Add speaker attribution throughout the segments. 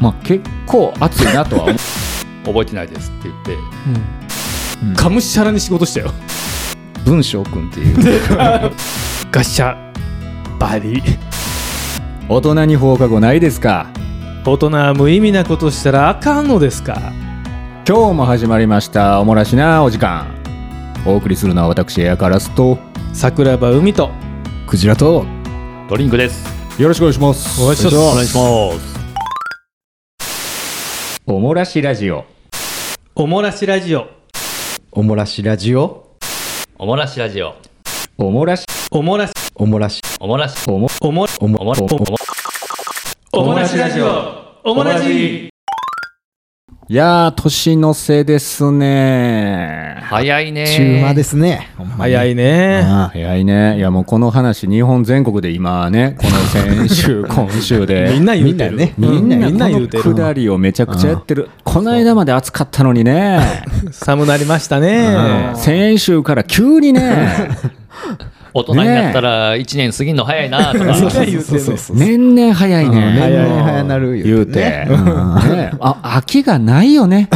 Speaker 1: まあ、結構暑いなとは思う、
Speaker 2: 覚えてないですって言って
Speaker 1: うん
Speaker 3: がむしゃらに仕事したよ
Speaker 1: 文章君っていう
Speaker 3: ガッシャバリ
Speaker 1: 大人に放課後ないですか
Speaker 3: 大人は無意味なことしたらあかんのですか
Speaker 1: 今日も始まりましたおもらしなお時間お送りするのは私エアカラスと
Speaker 3: 桜庭海と
Speaker 1: クジラと
Speaker 2: ドリンクです
Speaker 1: よろしくお願いします
Speaker 3: お願いします
Speaker 2: お願いします
Speaker 1: おもらしラジオ
Speaker 3: おもらしラジオ
Speaker 4: おもらしラジオ
Speaker 2: おもらしラジオ
Speaker 1: おもらし
Speaker 3: おもらし
Speaker 4: おもらし
Speaker 2: おもらし
Speaker 1: おも
Speaker 3: おも
Speaker 4: おも
Speaker 2: おもらしおも
Speaker 3: おもらしラジオおもらし
Speaker 1: いやー年の瀬ですね
Speaker 2: 早いね
Speaker 4: 中馬ですね
Speaker 3: 早
Speaker 4: い
Speaker 3: いね
Speaker 1: 早いねいやもうこの話日本全国で今ねこの先 週今週で
Speaker 3: みんな言うてる
Speaker 4: みんなね
Speaker 1: みんな
Speaker 3: みんな言うて
Speaker 1: この
Speaker 3: る
Speaker 1: 下りをめちゃくちゃやってるこの間まで暑かったのにね
Speaker 3: 寒なりましたね
Speaker 1: 先週から急にね
Speaker 2: 大人になったら一年過ぎんの早いなと
Speaker 3: み
Speaker 2: か、
Speaker 3: んな言うて
Speaker 4: そう
Speaker 3: る
Speaker 4: そ
Speaker 3: ね
Speaker 4: うそう
Speaker 1: 年々早いね
Speaker 4: うん年々早なる
Speaker 1: 言
Speaker 4: 言
Speaker 1: う
Speaker 4: う
Speaker 1: て
Speaker 4: て
Speaker 1: うんねあ秋がないよね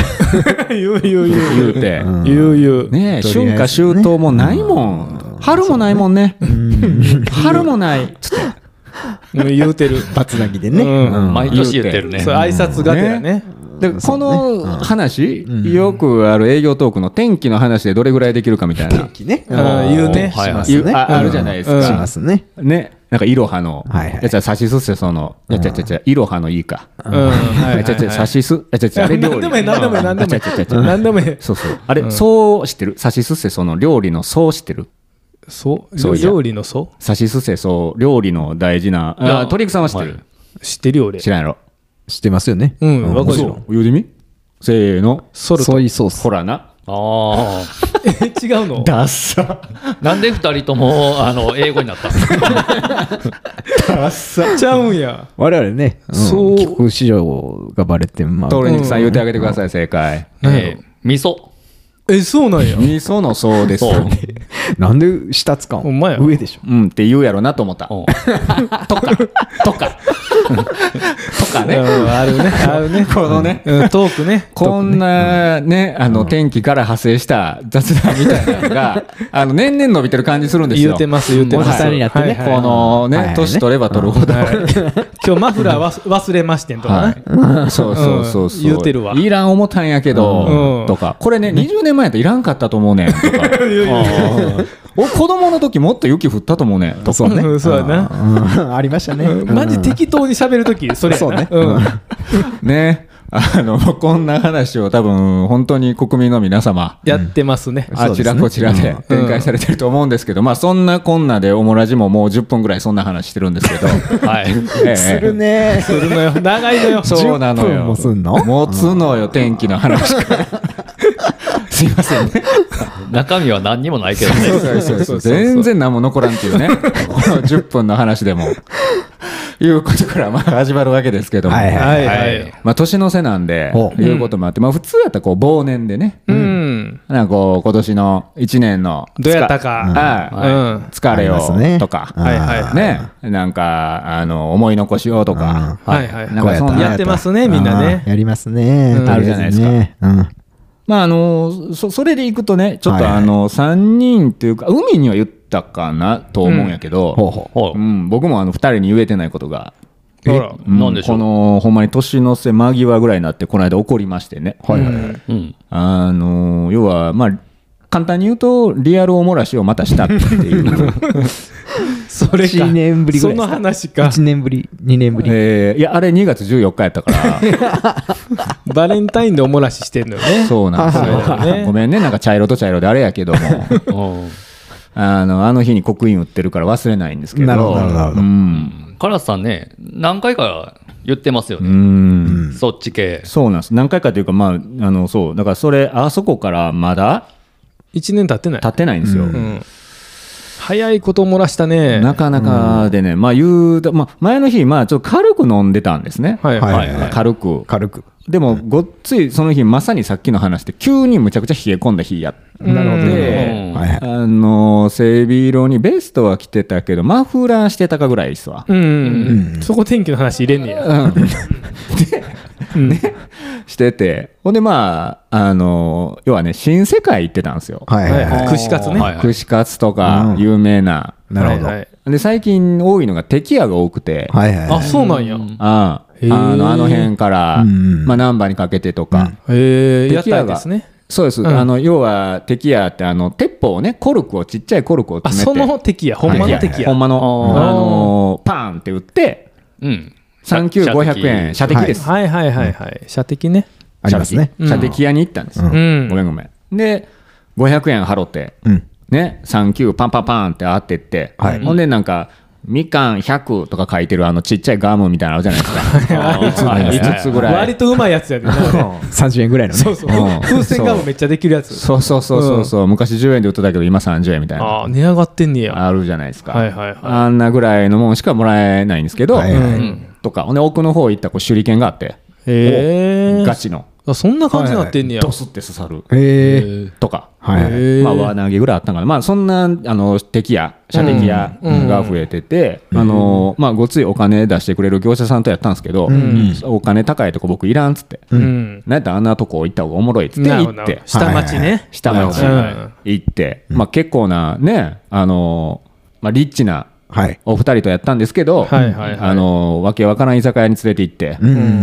Speaker 3: 言う言う言う
Speaker 1: 言うて
Speaker 4: ん
Speaker 3: 言う言う
Speaker 1: ね
Speaker 4: とり
Speaker 1: 春
Speaker 4: あえずね
Speaker 1: 夏秋冬もないもん春もないもんね春もないつって
Speaker 3: うん言うてる
Speaker 4: バツナギで
Speaker 3: う
Speaker 4: ね、
Speaker 3: ん
Speaker 1: うん
Speaker 2: 毎年言ってるね
Speaker 3: そう挨拶がてらね
Speaker 1: でこの話よくある営業トークの天気の話でどれぐらいできるかみたいな
Speaker 4: 天気ね、
Speaker 3: うん
Speaker 4: し
Speaker 3: 言うね
Speaker 2: はい
Speaker 4: ま
Speaker 2: は
Speaker 4: す
Speaker 2: い
Speaker 4: ね
Speaker 1: 言うああるじゃないですか
Speaker 4: うんしますね
Speaker 1: ねなんかイロハの
Speaker 4: はいはい
Speaker 1: やつはさしすせそのいやちゃちゃちゃイロハのいいか
Speaker 3: うんはいはい
Speaker 1: ちゃちゃさしすいやちゃちゃあれ料
Speaker 3: 何
Speaker 1: 理
Speaker 3: でもええ何でもええ何でもえ
Speaker 1: ちゃちゃちゃち
Speaker 3: え
Speaker 1: ゃ
Speaker 3: 何でもええ
Speaker 1: そうそう。あれ、そう知ってるさしすせその料理のそう知ってる
Speaker 3: そう
Speaker 1: そういや
Speaker 3: 料理のそ
Speaker 1: さしすせそ料理の大事な。
Speaker 2: い
Speaker 1: あ
Speaker 2: や
Speaker 1: トリックさんは知ってる、
Speaker 2: は
Speaker 3: う知ってるよ俺
Speaker 1: 知らんやろ
Speaker 4: 知ってますよね、
Speaker 3: うんわかる
Speaker 1: そ
Speaker 3: よ
Speaker 1: う。言うてみせーの。
Speaker 3: ソルト
Speaker 4: ソイソース
Speaker 1: ほらな。
Speaker 2: あ
Speaker 3: え違うの
Speaker 1: ダッサ。
Speaker 2: あなんで二人ともあの英語になったの
Speaker 1: ダッサ。
Speaker 3: ちゃうんや
Speaker 4: 我々ね、うん、
Speaker 3: そう
Speaker 4: 帰国市場がバレてま
Speaker 1: ト
Speaker 4: う
Speaker 1: レニックさん言うてあげてください、正解。
Speaker 2: えー味噌
Speaker 3: えそうなんや
Speaker 1: 味噌のそうです。
Speaker 2: そう
Speaker 4: なんで下使う
Speaker 3: ほんまや
Speaker 4: 上でしょ
Speaker 1: うんって言うやろなと思った。
Speaker 2: うん
Speaker 1: とか、とか。とか
Speaker 3: う
Speaker 1: ね。
Speaker 3: んあ るねあるね
Speaker 1: このね。
Speaker 3: うんトークね
Speaker 1: こんなね、あの、天気から派生した雑談みたいなの が、あの、年々伸びてる感じするんですよ。
Speaker 3: 言うてます言うてます
Speaker 1: おじさんにな
Speaker 4: ってね
Speaker 3: はいはい
Speaker 1: この
Speaker 4: はい
Speaker 1: ね
Speaker 4: は、い
Speaker 1: 年取れば取るほど。
Speaker 3: 今日マフラー忘忘れましてんとかね
Speaker 1: はい、そうそうそうそう、
Speaker 3: うん言うてるわ
Speaker 1: いらん思ったんやけど、
Speaker 3: うん
Speaker 1: とかこれね20年前やったらいらんかったと思うねんと か俺子供の時もっと雪降ったと思うねんとか
Speaker 4: そうね、
Speaker 3: うんそうやな
Speaker 4: うんありましたね、
Speaker 3: うんマジ適当に喋るときそれや
Speaker 4: そう
Speaker 3: な
Speaker 4: ね
Speaker 3: うん
Speaker 1: ねあのこんな話を多分本当に国民の皆様
Speaker 3: やってますね
Speaker 1: あちらこちらで
Speaker 4: そうです
Speaker 1: 展開されてると思うんですけど、まあそんなこんなでオモラジももう10分ぐらいそんな話してるんですけど、
Speaker 2: はい
Speaker 1: ええ
Speaker 4: するね
Speaker 3: するのよ長いのよ
Speaker 1: そうなの
Speaker 4: 10
Speaker 1: よ。
Speaker 4: 分もすんの
Speaker 1: 持つのよ、天気の話から。すいませんね。
Speaker 2: 中身は何にもないけどね
Speaker 1: そうそうそう全然何も残らんっていうね、この10分の話でも、いうことからまあ始まるわけですけども、
Speaker 4: はいはい
Speaker 3: はいは
Speaker 2: はい
Speaker 3: い
Speaker 1: まあ、年の瀬なんで
Speaker 4: お、
Speaker 1: いうこともあって、まあ、普通やったらこう忘年でね、
Speaker 3: うん
Speaker 1: なんかこう、今年の1年の
Speaker 3: どうやったか
Speaker 1: はい
Speaker 3: うん
Speaker 1: 疲れ
Speaker 4: あります
Speaker 1: を
Speaker 4: ね
Speaker 1: とか、
Speaker 4: うん
Speaker 3: はいはい
Speaker 1: ね、なんかあの思い残しをとか、
Speaker 3: はいはい
Speaker 1: なんかそんな
Speaker 3: やってますねみんなね
Speaker 4: あーやりますね、
Speaker 3: うん
Speaker 4: とりえずねうん
Speaker 1: まああのそそれでいくとねちょっと
Speaker 4: はいはい
Speaker 1: あの3人っていうか海には言ったかなと思うんやけど、
Speaker 4: ほうほ
Speaker 2: ほ
Speaker 1: う、
Speaker 2: うん
Speaker 1: 僕もあの2人に言えてないことが、
Speaker 3: ほら
Speaker 1: うん
Speaker 2: なんでしょう
Speaker 1: このほんまに年の瀬間際ぐらいになってこの間怒りましてね、
Speaker 3: うん
Speaker 2: うん
Speaker 1: あの要はまあ簡単に言うとリアルおもらしをまたしたっていう
Speaker 3: それか
Speaker 4: 一年ぶりぐらい
Speaker 3: その
Speaker 4: ですか
Speaker 3: 話
Speaker 4: う
Speaker 3: か
Speaker 4: 1年ぶり2年ぶり、
Speaker 1: えーいやあれ2月14日やったから
Speaker 3: バレンタインでおもらししてんのよね
Speaker 1: そうなん
Speaker 3: は
Speaker 1: です
Speaker 3: いは
Speaker 1: よ
Speaker 3: い
Speaker 1: ごめんねなんか茶色と茶色であれやけ ども
Speaker 2: うん
Speaker 1: あのあの日に刻印売ってるから忘れないんですけど
Speaker 4: なるほどなるほどなるほど
Speaker 1: うん
Speaker 2: カラスさんね何回か言ってますよ
Speaker 1: う
Speaker 2: ね、
Speaker 1: ん
Speaker 2: そっち系
Speaker 1: そうなんです何回かというかまああのそうだからそれあそこからまだ
Speaker 3: 1年経ってない
Speaker 1: 経ってないんですよ、
Speaker 3: うん早いこと漏らしたね
Speaker 1: なかなかでね、まあ言うた、まあ、前の日、まあちょっと軽く飲んでたんですね。
Speaker 3: はいはい
Speaker 4: はい
Speaker 1: まあ軽く。
Speaker 4: 軽く
Speaker 1: でも、ごっつい、その日、まさにさっきの話で、急にむちゃくちゃ冷え込んだ日やっ
Speaker 3: なるほど
Speaker 2: ね
Speaker 1: あ
Speaker 4: はいはい
Speaker 1: のー、整備色にベストは着てたけど、マフラーしてたかぐらいですわ。
Speaker 3: うん、そこ天気の話入れんねや。
Speaker 1: うんでねしてて。ほんで、まあ、あの、要はね、新世界行ってたんですよ。
Speaker 4: はいはいはい。
Speaker 3: 串カツね
Speaker 2: はいはい
Speaker 1: 串カツとか
Speaker 4: う、ん
Speaker 1: 有名な。
Speaker 4: なるほ
Speaker 3: はい
Speaker 4: ど。は
Speaker 3: はいい
Speaker 1: で、最近多いのが、敵屋が多くて。
Speaker 4: はい。
Speaker 3: あ、そうなんや。
Speaker 1: ああ
Speaker 3: へえ
Speaker 1: あのあの辺から、
Speaker 4: うんうん
Speaker 1: まあ、難波にかけてとか、
Speaker 3: ええ、屋
Speaker 1: 敵屋
Speaker 3: 台
Speaker 1: が
Speaker 3: ですね。
Speaker 1: そうです、
Speaker 3: うん
Speaker 1: あの要は敵屋ってあの鉄砲をねコルクをちっちゃいコルクを
Speaker 3: あ、
Speaker 1: 詰めて
Speaker 3: その敵や。ほんまの敵
Speaker 1: ほ
Speaker 3: や
Speaker 1: ん。まの、
Speaker 3: あー
Speaker 1: あのーパーンって打って
Speaker 2: うん。
Speaker 1: 39500円射的です、
Speaker 3: はいはいはいはい。射的ね。
Speaker 4: ありますね。
Speaker 3: うん
Speaker 1: 射的屋に行ったんですよ、
Speaker 4: う
Speaker 3: うん。
Speaker 1: ごめんごめんで500円払って
Speaker 4: うん。
Speaker 1: ね39パンパンパンって当てって、
Speaker 4: はい
Speaker 1: ほんでなんかみかん100とか書いてるあのちっちゃいガムみたいなのあるじゃないですか5つぐらい
Speaker 3: 割とうまいやつやでな。
Speaker 4: 30円ぐらいのね。
Speaker 3: そうそう。
Speaker 1: うん
Speaker 3: 風船ガムめっちゃできるやつ。
Speaker 1: そうそうそうそうそう、昔10円で売ってたけど今30円みたいな
Speaker 3: ああ、値上がってんねや。
Speaker 1: あるじゃないですか、
Speaker 3: はいはいはい
Speaker 1: あんなぐらいのもんしかもらえないんですけど、
Speaker 4: はいはい
Speaker 3: うん
Speaker 1: とかほんで奥の方行ったらこう手裏剣があって、
Speaker 3: へえ。
Speaker 1: ガチの
Speaker 3: あそんな感じになってんねや。
Speaker 1: ドスって刺さる
Speaker 4: ええ。
Speaker 1: とか、
Speaker 4: はいはい。
Speaker 3: へえ
Speaker 1: まあ、輪投げぐらいあったんかな、まあ、そんなあの敵や射的やが増えてて、あのまあ、ごついお金出してくれる業者さんとやったんですけど、お金高いとこ僕いらんっつって、
Speaker 3: うん。
Speaker 1: なんやったらあんなとこ行った方がおもろいっつって
Speaker 3: なる
Speaker 1: 行
Speaker 3: ほど
Speaker 1: って
Speaker 3: 下町ね。
Speaker 1: 下町
Speaker 3: はいはいはい
Speaker 1: 行って、まあ、結構なねあの、まあ、リッチな
Speaker 4: はい。
Speaker 1: お二人とやったんですけど、
Speaker 3: はいはいはい
Speaker 1: あのわけわからん居酒屋に連れて行って、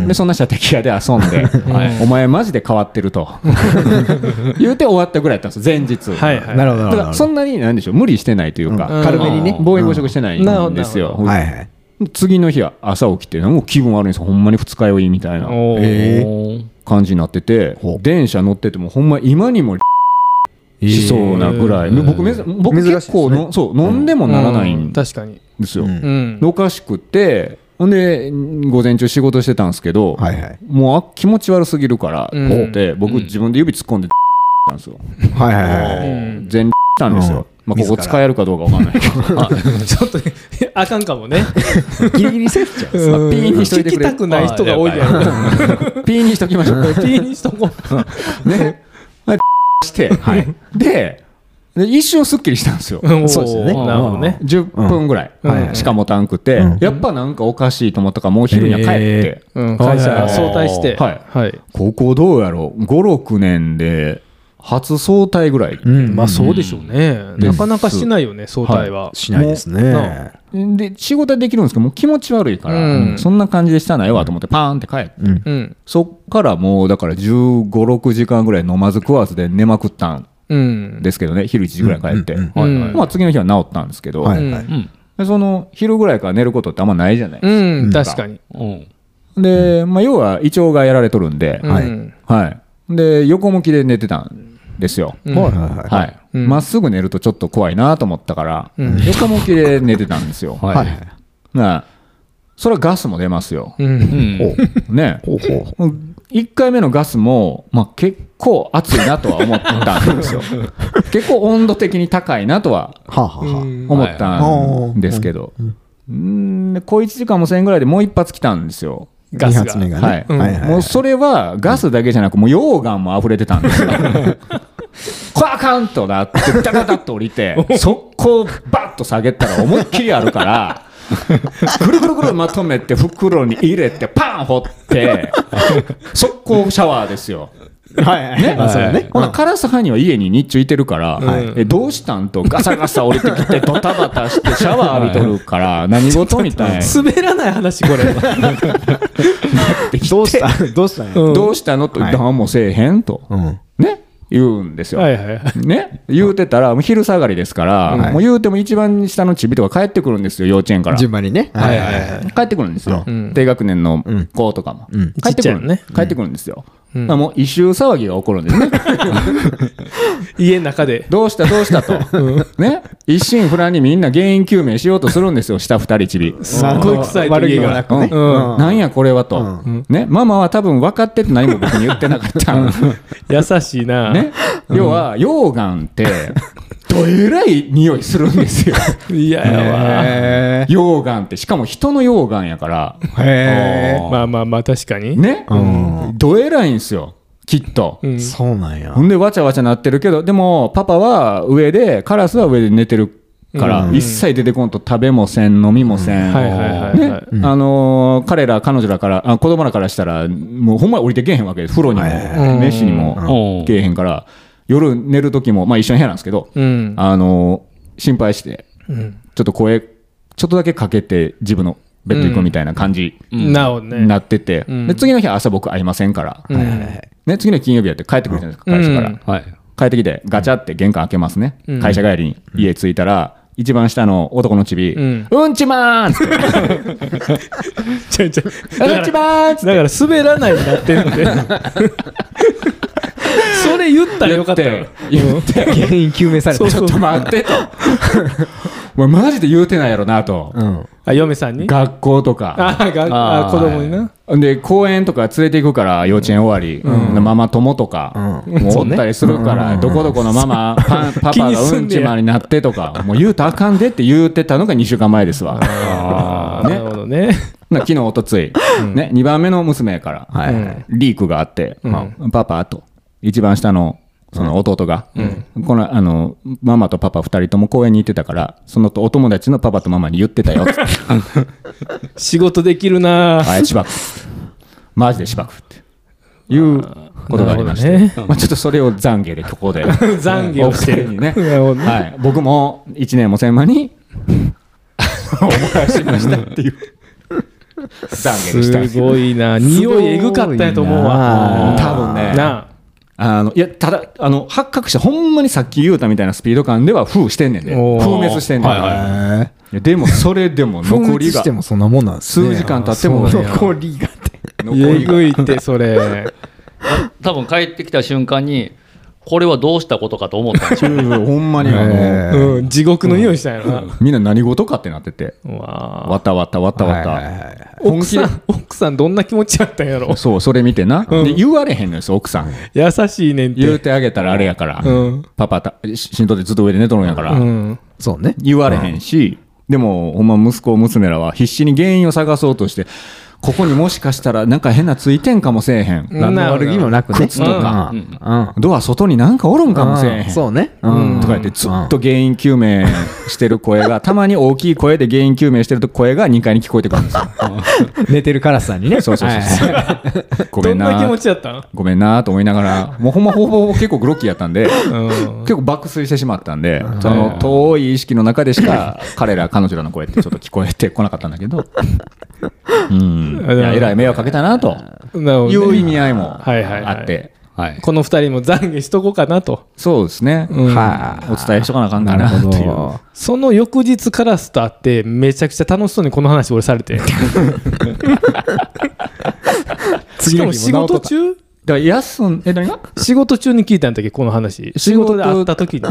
Speaker 1: でそんな射的屋で遊んで、 お前マジで変わってる と言うて終わったぐらいやったんです前日、
Speaker 3: はいはい。
Speaker 4: なるほど。
Speaker 1: だからそんなになんでしょう無理してないというか、
Speaker 3: うん軽めにね
Speaker 1: 防衛防食してないんですよ、
Speaker 4: はいはい。
Speaker 1: 次の日は朝起きてもう気分悪いんですよほんまに二日酔いみたいな
Speaker 3: おー
Speaker 1: 感じになってて
Speaker 4: ほう
Speaker 1: 電車乗っててもほんま今にもしそうなぐらい、
Speaker 3: えー
Speaker 1: 僕めず僕
Speaker 4: 珍しい
Speaker 1: 結構
Speaker 4: です
Speaker 1: の、そう飲んでもならない
Speaker 3: うん
Speaker 1: んで
Speaker 3: 確かに。
Speaker 1: すよ、
Speaker 4: うん
Speaker 3: うん。
Speaker 1: おかしくてほんでん午前中仕事してたんですけど、
Speaker 4: はいはい。
Speaker 1: もうあ気持ち悪すぎるから
Speaker 3: うん
Speaker 1: と思って、僕自分で指突っ込んで、なんですよ
Speaker 4: はいはいはい。
Speaker 3: うん
Speaker 1: 全したんですよ、まあ、ここ使えるかどうかわかんないけど
Speaker 3: ちょっとねあかんかもね。
Speaker 4: ギリギリセーフじゃん。
Speaker 1: まあピーにしとい
Speaker 3: 聞
Speaker 1: てく
Speaker 3: き
Speaker 1: れ
Speaker 3: たくない人が多いや
Speaker 2: あ
Speaker 3: ろ。
Speaker 1: ピーにしときましょう
Speaker 3: ピーにしとこう。
Speaker 1: ねでして、でで一瞬すっきりしたんですよ
Speaker 3: うん
Speaker 4: そうですよね
Speaker 3: おーなるほどね。
Speaker 1: 10分ぐらい
Speaker 3: うん
Speaker 1: しか持たんくて、
Speaker 4: うん
Speaker 1: やっぱなんかおかしいと思ったからもう昼には帰って、
Speaker 3: うん会社が早退して。
Speaker 1: はい
Speaker 3: はい。
Speaker 1: ここどうやろう56年で初早退ぐらい
Speaker 4: うん。
Speaker 3: まあそうでしょうね。
Speaker 1: です
Speaker 3: なかなかしないよね、早退は。
Speaker 4: しないですね。
Speaker 1: で仕事はできるんですけどもう気持ち悪いから、
Speaker 3: うん
Speaker 1: そんな感じでしたないわと思ってパーンって帰って、
Speaker 4: うん。
Speaker 3: うん。
Speaker 1: そっからもうだから1 5六6時間ぐらい飲まず食わずで寝まくったん
Speaker 3: うん。
Speaker 1: ですけどね昼1時ぐらい帰って、
Speaker 4: うん
Speaker 3: うんうん
Speaker 1: まあ、次の日は治ったんですけど、
Speaker 4: は
Speaker 3: う
Speaker 4: い
Speaker 3: ん
Speaker 4: はい。
Speaker 2: うん。
Speaker 1: でその昼ぐらいから寝ることってあんまないじゃない、
Speaker 3: うん、確かに。
Speaker 2: うん。
Speaker 1: で、まあ、要は胃腸がやられとるんで、
Speaker 4: は
Speaker 3: う
Speaker 4: い
Speaker 3: ん
Speaker 1: はい、で横向きで寝てたんですよ、
Speaker 3: うん
Speaker 4: はいはい
Speaker 1: は
Speaker 4: はい
Speaker 3: うん
Speaker 1: まっすぐ寝るとちょっと怖いなと思ったから、
Speaker 3: うん
Speaker 1: 横向きで寝てたんですよ、
Speaker 4: い。は
Speaker 2: はいい。
Speaker 4: は
Speaker 1: なあそれはガスも出ますよ、
Speaker 3: うん。
Speaker 2: うん
Speaker 4: い。
Speaker 1: ね
Speaker 4: ほうほうほう。
Speaker 1: 1回目のガスも、まあ、結構熱いなとは思ったんですよ結構温度的に高いなとは
Speaker 4: はあはあは
Speaker 1: 思ったんですけど、うんで小1時間もせんぐらいでもう一発来たんですよ、
Speaker 4: あ。
Speaker 3: ガ
Speaker 4: 二
Speaker 3: ス
Speaker 4: 発
Speaker 3: が
Speaker 4: 目。がね。
Speaker 1: はい
Speaker 4: はいはい
Speaker 1: もうそれはガスだけじゃなくもう溶岩も溢れてたんですよこあかんとなってダダダッと降りて速攻バッと下げたら思いっきりあるからぐるぐるぐるまとめて袋に入れてパン掘って速攻シャワーですよ
Speaker 4: はいはい。
Speaker 1: ね、
Speaker 4: まあそうだね。
Speaker 1: ほな、カラスハニは家に日中いてるから、
Speaker 3: はい
Speaker 1: えどうしたんとガサガサ降りてきて、ドタバタして、シャワー浴びとるから、何事みたいに
Speaker 3: 滑らない話、 これ。
Speaker 4: どうしたどうしたんや
Speaker 3: うん
Speaker 1: どうしたのと、
Speaker 4: はい
Speaker 1: 何もせえへんと、
Speaker 4: うん。
Speaker 1: ね、言うんですよ。
Speaker 3: はいはいはい。
Speaker 1: ね、言うてたら、もう昼下がりですから、
Speaker 4: はい
Speaker 1: もう言うても一番下のちびとか帰ってくるんですよ、幼稚園から。
Speaker 4: 順番にね。
Speaker 3: はいはいはい。
Speaker 1: 帰ってくるんですよ、
Speaker 3: うん
Speaker 1: 低学年の
Speaker 4: うん
Speaker 1: 子とかも、
Speaker 4: う
Speaker 1: 帰っ
Speaker 4: ん
Speaker 1: てくる
Speaker 3: ちっちゃいのね
Speaker 1: 帰ってくるんですよ、
Speaker 3: うん
Speaker 1: まあもう異臭騒ぎが起こるんですね、
Speaker 3: 家の中で。
Speaker 1: どうしたどうしたと、ね、一心不乱にみんな原因究明しようとするんですよ、下二人ちび。
Speaker 3: すっごい臭いと
Speaker 4: 悪
Speaker 3: 家
Speaker 4: 気も
Speaker 3: が
Speaker 4: な。くね。
Speaker 1: うん、なんやこれはと、
Speaker 4: うん
Speaker 1: ね、ママは多分分かってて何も僕に言ってなかった、
Speaker 3: 優しいな。
Speaker 1: ね、要は溶岩ってどえらい匂いするんですよ
Speaker 3: 嫌やわ。
Speaker 4: へ
Speaker 1: 溶岩ってしかも人の溶岩やから
Speaker 4: ーへ
Speaker 3: まあまあまあ、確かに。
Speaker 1: ね、
Speaker 4: う
Speaker 1: どえらいんですよきっと、
Speaker 3: うん
Speaker 4: ー。そうなんや
Speaker 1: ほ。んでわちゃわちゃなってるけどでもパパは上でカラスは上で寝てるから、
Speaker 4: うん
Speaker 1: 一切出てこんと食べもせん飲みもせん、
Speaker 3: はいはいはいは
Speaker 1: ね
Speaker 3: い。
Speaker 1: あのー彼ら彼女らからあ子供らからしたらもうほんまに降りてけえへんわけです風呂にも、
Speaker 3: い
Speaker 1: 飯にも
Speaker 2: うん
Speaker 1: けえへんから夜寝る時もまあ一緒の部屋なんですけど、
Speaker 3: うん。
Speaker 1: あのー心配して
Speaker 3: うん
Speaker 1: ちょっと声ちょっとだけかけて自分のベッド行くみたいな感じ
Speaker 3: なお
Speaker 1: に
Speaker 3: ね。
Speaker 1: なってて、
Speaker 3: うん
Speaker 1: で次の日朝僕会いませんから、
Speaker 3: うん
Speaker 1: ね、次の日金曜日やって帰ってくるじゃないですか会社から、
Speaker 3: うん
Speaker 2: はい。
Speaker 1: 帰ってきてガチャって玄関開けますね、
Speaker 3: うん
Speaker 1: 会社帰りに家着いたら一番下の男のチビ、う
Speaker 3: うん
Speaker 1: ん、ちまーんっつって
Speaker 3: ちゃうちゃう。
Speaker 1: うんちまーんっつって
Speaker 3: だから滑らないになってるん で。それ言ったらよかったよ。
Speaker 1: 言って言って
Speaker 4: 原因究明され
Speaker 3: そう
Speaker 4: た。
Speaker 1: ちょっと待ってと お前マジで言うてないやろなと、
Speaker 4: うん。
Speaker 3: あ、嫁さんに
Speaker 1: 学校とか
Speaker 3: あが、あ
Speaker 2: あー
Speaker 3: 子供にな。
Speaker 1: で公園とか連れて行くから幼稚園終わり、ママ友とか、もうおったりするから、どこどこのママ パンパ
Speaker 3: 気
Speaker 1: パ
Speaker 3: に
Speaker 1: が
Speaker 3: す
Speaker 1: うんん
Speaker 3: ねや
Speaker 1: ちまになってとかもう言うたらあかんでって言うてたのが2週間前ですわ
Speaker 3: あーなるほどね。
Speaker 1: な昨日おとつい、ね、2番目の娘やから、
Speaker 4: はい。
Speaker 1: リークがあって、
Speaker 3: う
Speaker 1: パパと一番下のその弟が、このあのママとパパ2人とも公園に行ってたからそのお友達のパパとママに言ってたよ って
Speaker 3: 仕事できるな
Speaker 1: あいしばくマジでしばくっていうことがありまして、
Speaker 3: なるほ
Speaker 1: まあ、ちょっとそれを懺悔でここで
Speaker 3: 懺悔をして
Speaker 1: お
Speaker 3: る
Speaker 1: 二人にね
Speaker 3: なるほどね
Speaker 1: はい、僕も1年もせん間 にお漏らしましたっていう懺悔でした
Speaker 3: すごいな匂いえぐかったんやと思うわ。
Speaker 1: 多分ね
Speaker 3: な
Speaker 1: あのいやただあの発覚してほんまにさっき言うたみたいなスピード感では封してんねんで
Speaker 3: おー
Speaker 1: 封滅してんねん、
Speaker 2: はいはい
Speaker 4: え
Speaker 1: いやでもそれ でも
Speaker 4: ー。残
Speaker 1: 残
Speaker 4: り
Speaker 1: り
Speaker 4: し
Speaker 1: が
Speaker 4: てもそんなもんなんですね。
Speaker 1: 数時間経っても
Speaker 4: あーそうなんや残りがって。
Speaker 3: あ。え
Speaker 1: 残
Speaker 3: ぐ
Speaker 1: り
Speaker 3: いって、それ。
Speaker 2: 多分帰ってきた瞬間に、これはどうしたことかと思ったんでしょ
Speaker 1: がほんまにあの、
Speaker 4: えー
Speaker 3: うん、地獄の匂いしたんやろな。
Speaker 1: みんな何事かってなってて
Speaker 3: うわ
Speaker 1: わたわたわたわた、
Speaker 4: はいはいはい
Speaker 1: 本
Speaker 3: 奥
Speaker 1: 気
Speaker 3: さ
Speaker 1: で
Speaker 3: ん、奥さんどんな気持ちやったんやろ
Speaker 1: そうそれ見てな、
Speaker 3: うん
Speaker 1: で言われへんのです奥さん
Speaker 3: 優しいねんって。
Speaker 1: 言うてあげたらあれやから、
Speaker 3: うん
Speaker 1: パパたししんどってずっと上で寝とるんやから、
Speaker 3: うん。
Speaker 4: そうね。
Speaker 1: 言われへんし、でもほんま息子娘らは必死に原因を探そうとしてここにもしかしたらなんか変なついてんかもせえへん、
Speaker 3: な
Speaker 4: 何の悪気もなくね。
Speaker 1: 靴とか
Speaker 4: うん。うん
Speaker 1: ドア外になんかおるんかもせえへ
Speaker 4: うん
Speaker 1: ん
Speaker 4: そうね。
Speaker 1: うんとか言ってずっと原因究明してる声がたまに大きい声で原因究明してると声が2階に聞こえてくるんですよ
Speaker 4: 寝てるカラスさんにね。
Speaker 1: そうそうそうそうごめ
Speaker 3: どん
Speaker 1: ん
Speaker 3: な気持
Speaker 1: な
Speaker 3: ちやったん
Speaker 1: ごめんなと思いながらもうほんまほぼほぼ結構グロッキーやったんで
Speaker 3: うん。
Speaker 1: 結構爆睡してしまったんで、その遠い意識の中でしか彼ら彼女らの声ってちょっと聞こえてこなかったんだけど、うん、いやえらい迷惑かけたなと
Speaker 3: なるほ
Speaker 1: い
Speaker 3: ど
Speaker 1: う
Speaker 3: ね
Speaker 1: 意味合いも
Speaker 3: はいはいはい
Speaker 1: あって、
Speaker 2: はい。
Speaker 3: この二人も懺悔しとこうかなと。
Speaker 1: そうですね、
Speaker 3: うん
Speaker 1: はいお伝えしとかなあかんかなって
Speaker 4: な
Speaker 1: いう
Speaker 4: るほど
Speaker 3: その翌日カラスと会って、めちゃくちゃ楽しそうにこの話俺されて。し
Speaker 4: 次
Speaker 3: か
Speaker 4: の
Speaker 3: も
Speaker 4: 日
Speaker 3: 仕
Speaker 4: も
Speaker 3: 事
Speaker 4: 治っとっ
Speaker 3: 中
Speaker 1: だから休んえ何が
Speaker 3: 仕事中に聞いたんだっけ、この話。仕事で会った時に。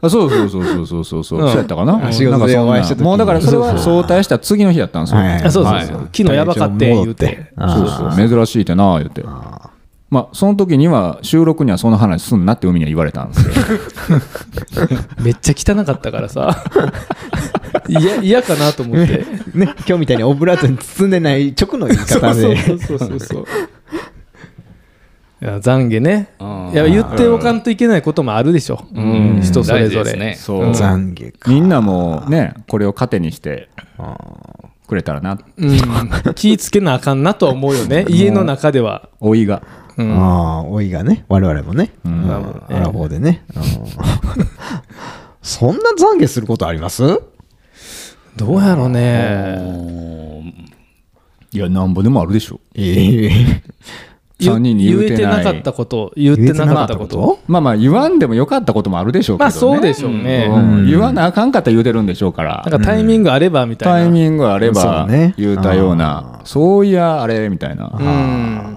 Speaker 1: あそうそうそうそうそうそうそう、
Speaker 3: うん
Speaker 1: そうやったかな,、
Speaker 4: ん仕事でお会いした時に
Speaker 1: もうだからそれ
Speaker 4: そ
Speaker 1: は
Speaker 4: うそう
Speaker 1: 早退した次の日やったんですよ、
Speaker 4: はい
Speaker 3: あそうそうそう
Speaker 2: は。
Speaker 3: 昨日やばかって言うて。
Speaker 4: あ
Speaker 1: そうそう珍しいってなあ言ってまあその時には収録にはその話すんなって海には言われたんですよ
Speaker 3: めっちゃ汚かったからさ。いや、嫌かなと思って。
Speaker 4: ね、今日みたいにオブラートに包んでない直の言い方で。
Speaker 3: そうそうそうそうそう。いや懺悔ね。
Speaker 2: うん
Speaker 3: いや言っておかんといけないこともあるでしょ。
Speaker 2: ん
Speaker 3: 人 それぞ
Speaker 2: 大事で
Speaker 3: れ。
Speaker 2: すね
Speaker 1: そう
Speaker 4: 懺悔か。
Speaker 1: みんなもねこれを糧にしてくれたらな
Speaker 3: うん、気ぃつけなあかんなとは思うよね。家の中では。
Speaker 1: 老いが
Speaker 3: うん
Speaker 4: ああ、老いがね、我々もね、うん
Speaker 3: なるほどね
Speaker 4: アラフォーでね。うん そんな懺悔することあります
Speaker 3: どうやろうね。
Speaker 1: いやなんぼでもあるでしょ
Speaker 4: ええ。
Speaker 1: 3人に言う
Speaker 3: え
Speaker 1: て
Speaker 3: て
Speaker 1: な
Speaker 3: なかっ
Speaker 1: い
Speaker 3: たこと、言ってなかったこと。
Speaker 1: まあまあ言わんでもよかったこともあるでしょうけどね
Speaker 3: まあそうでしょうね。
Speaker 1: うん言わなあかんかったら言うてるんでしょうから
Speaker 3: なんかタイミングあればみたいな。
Speaker 1: タイミングあれ
Speaker 4: そ
Speaker 1: ば
Speaker 4: うね
Speaker 1: 言うたようなそういやあれみたいな
Speaker 3: うん。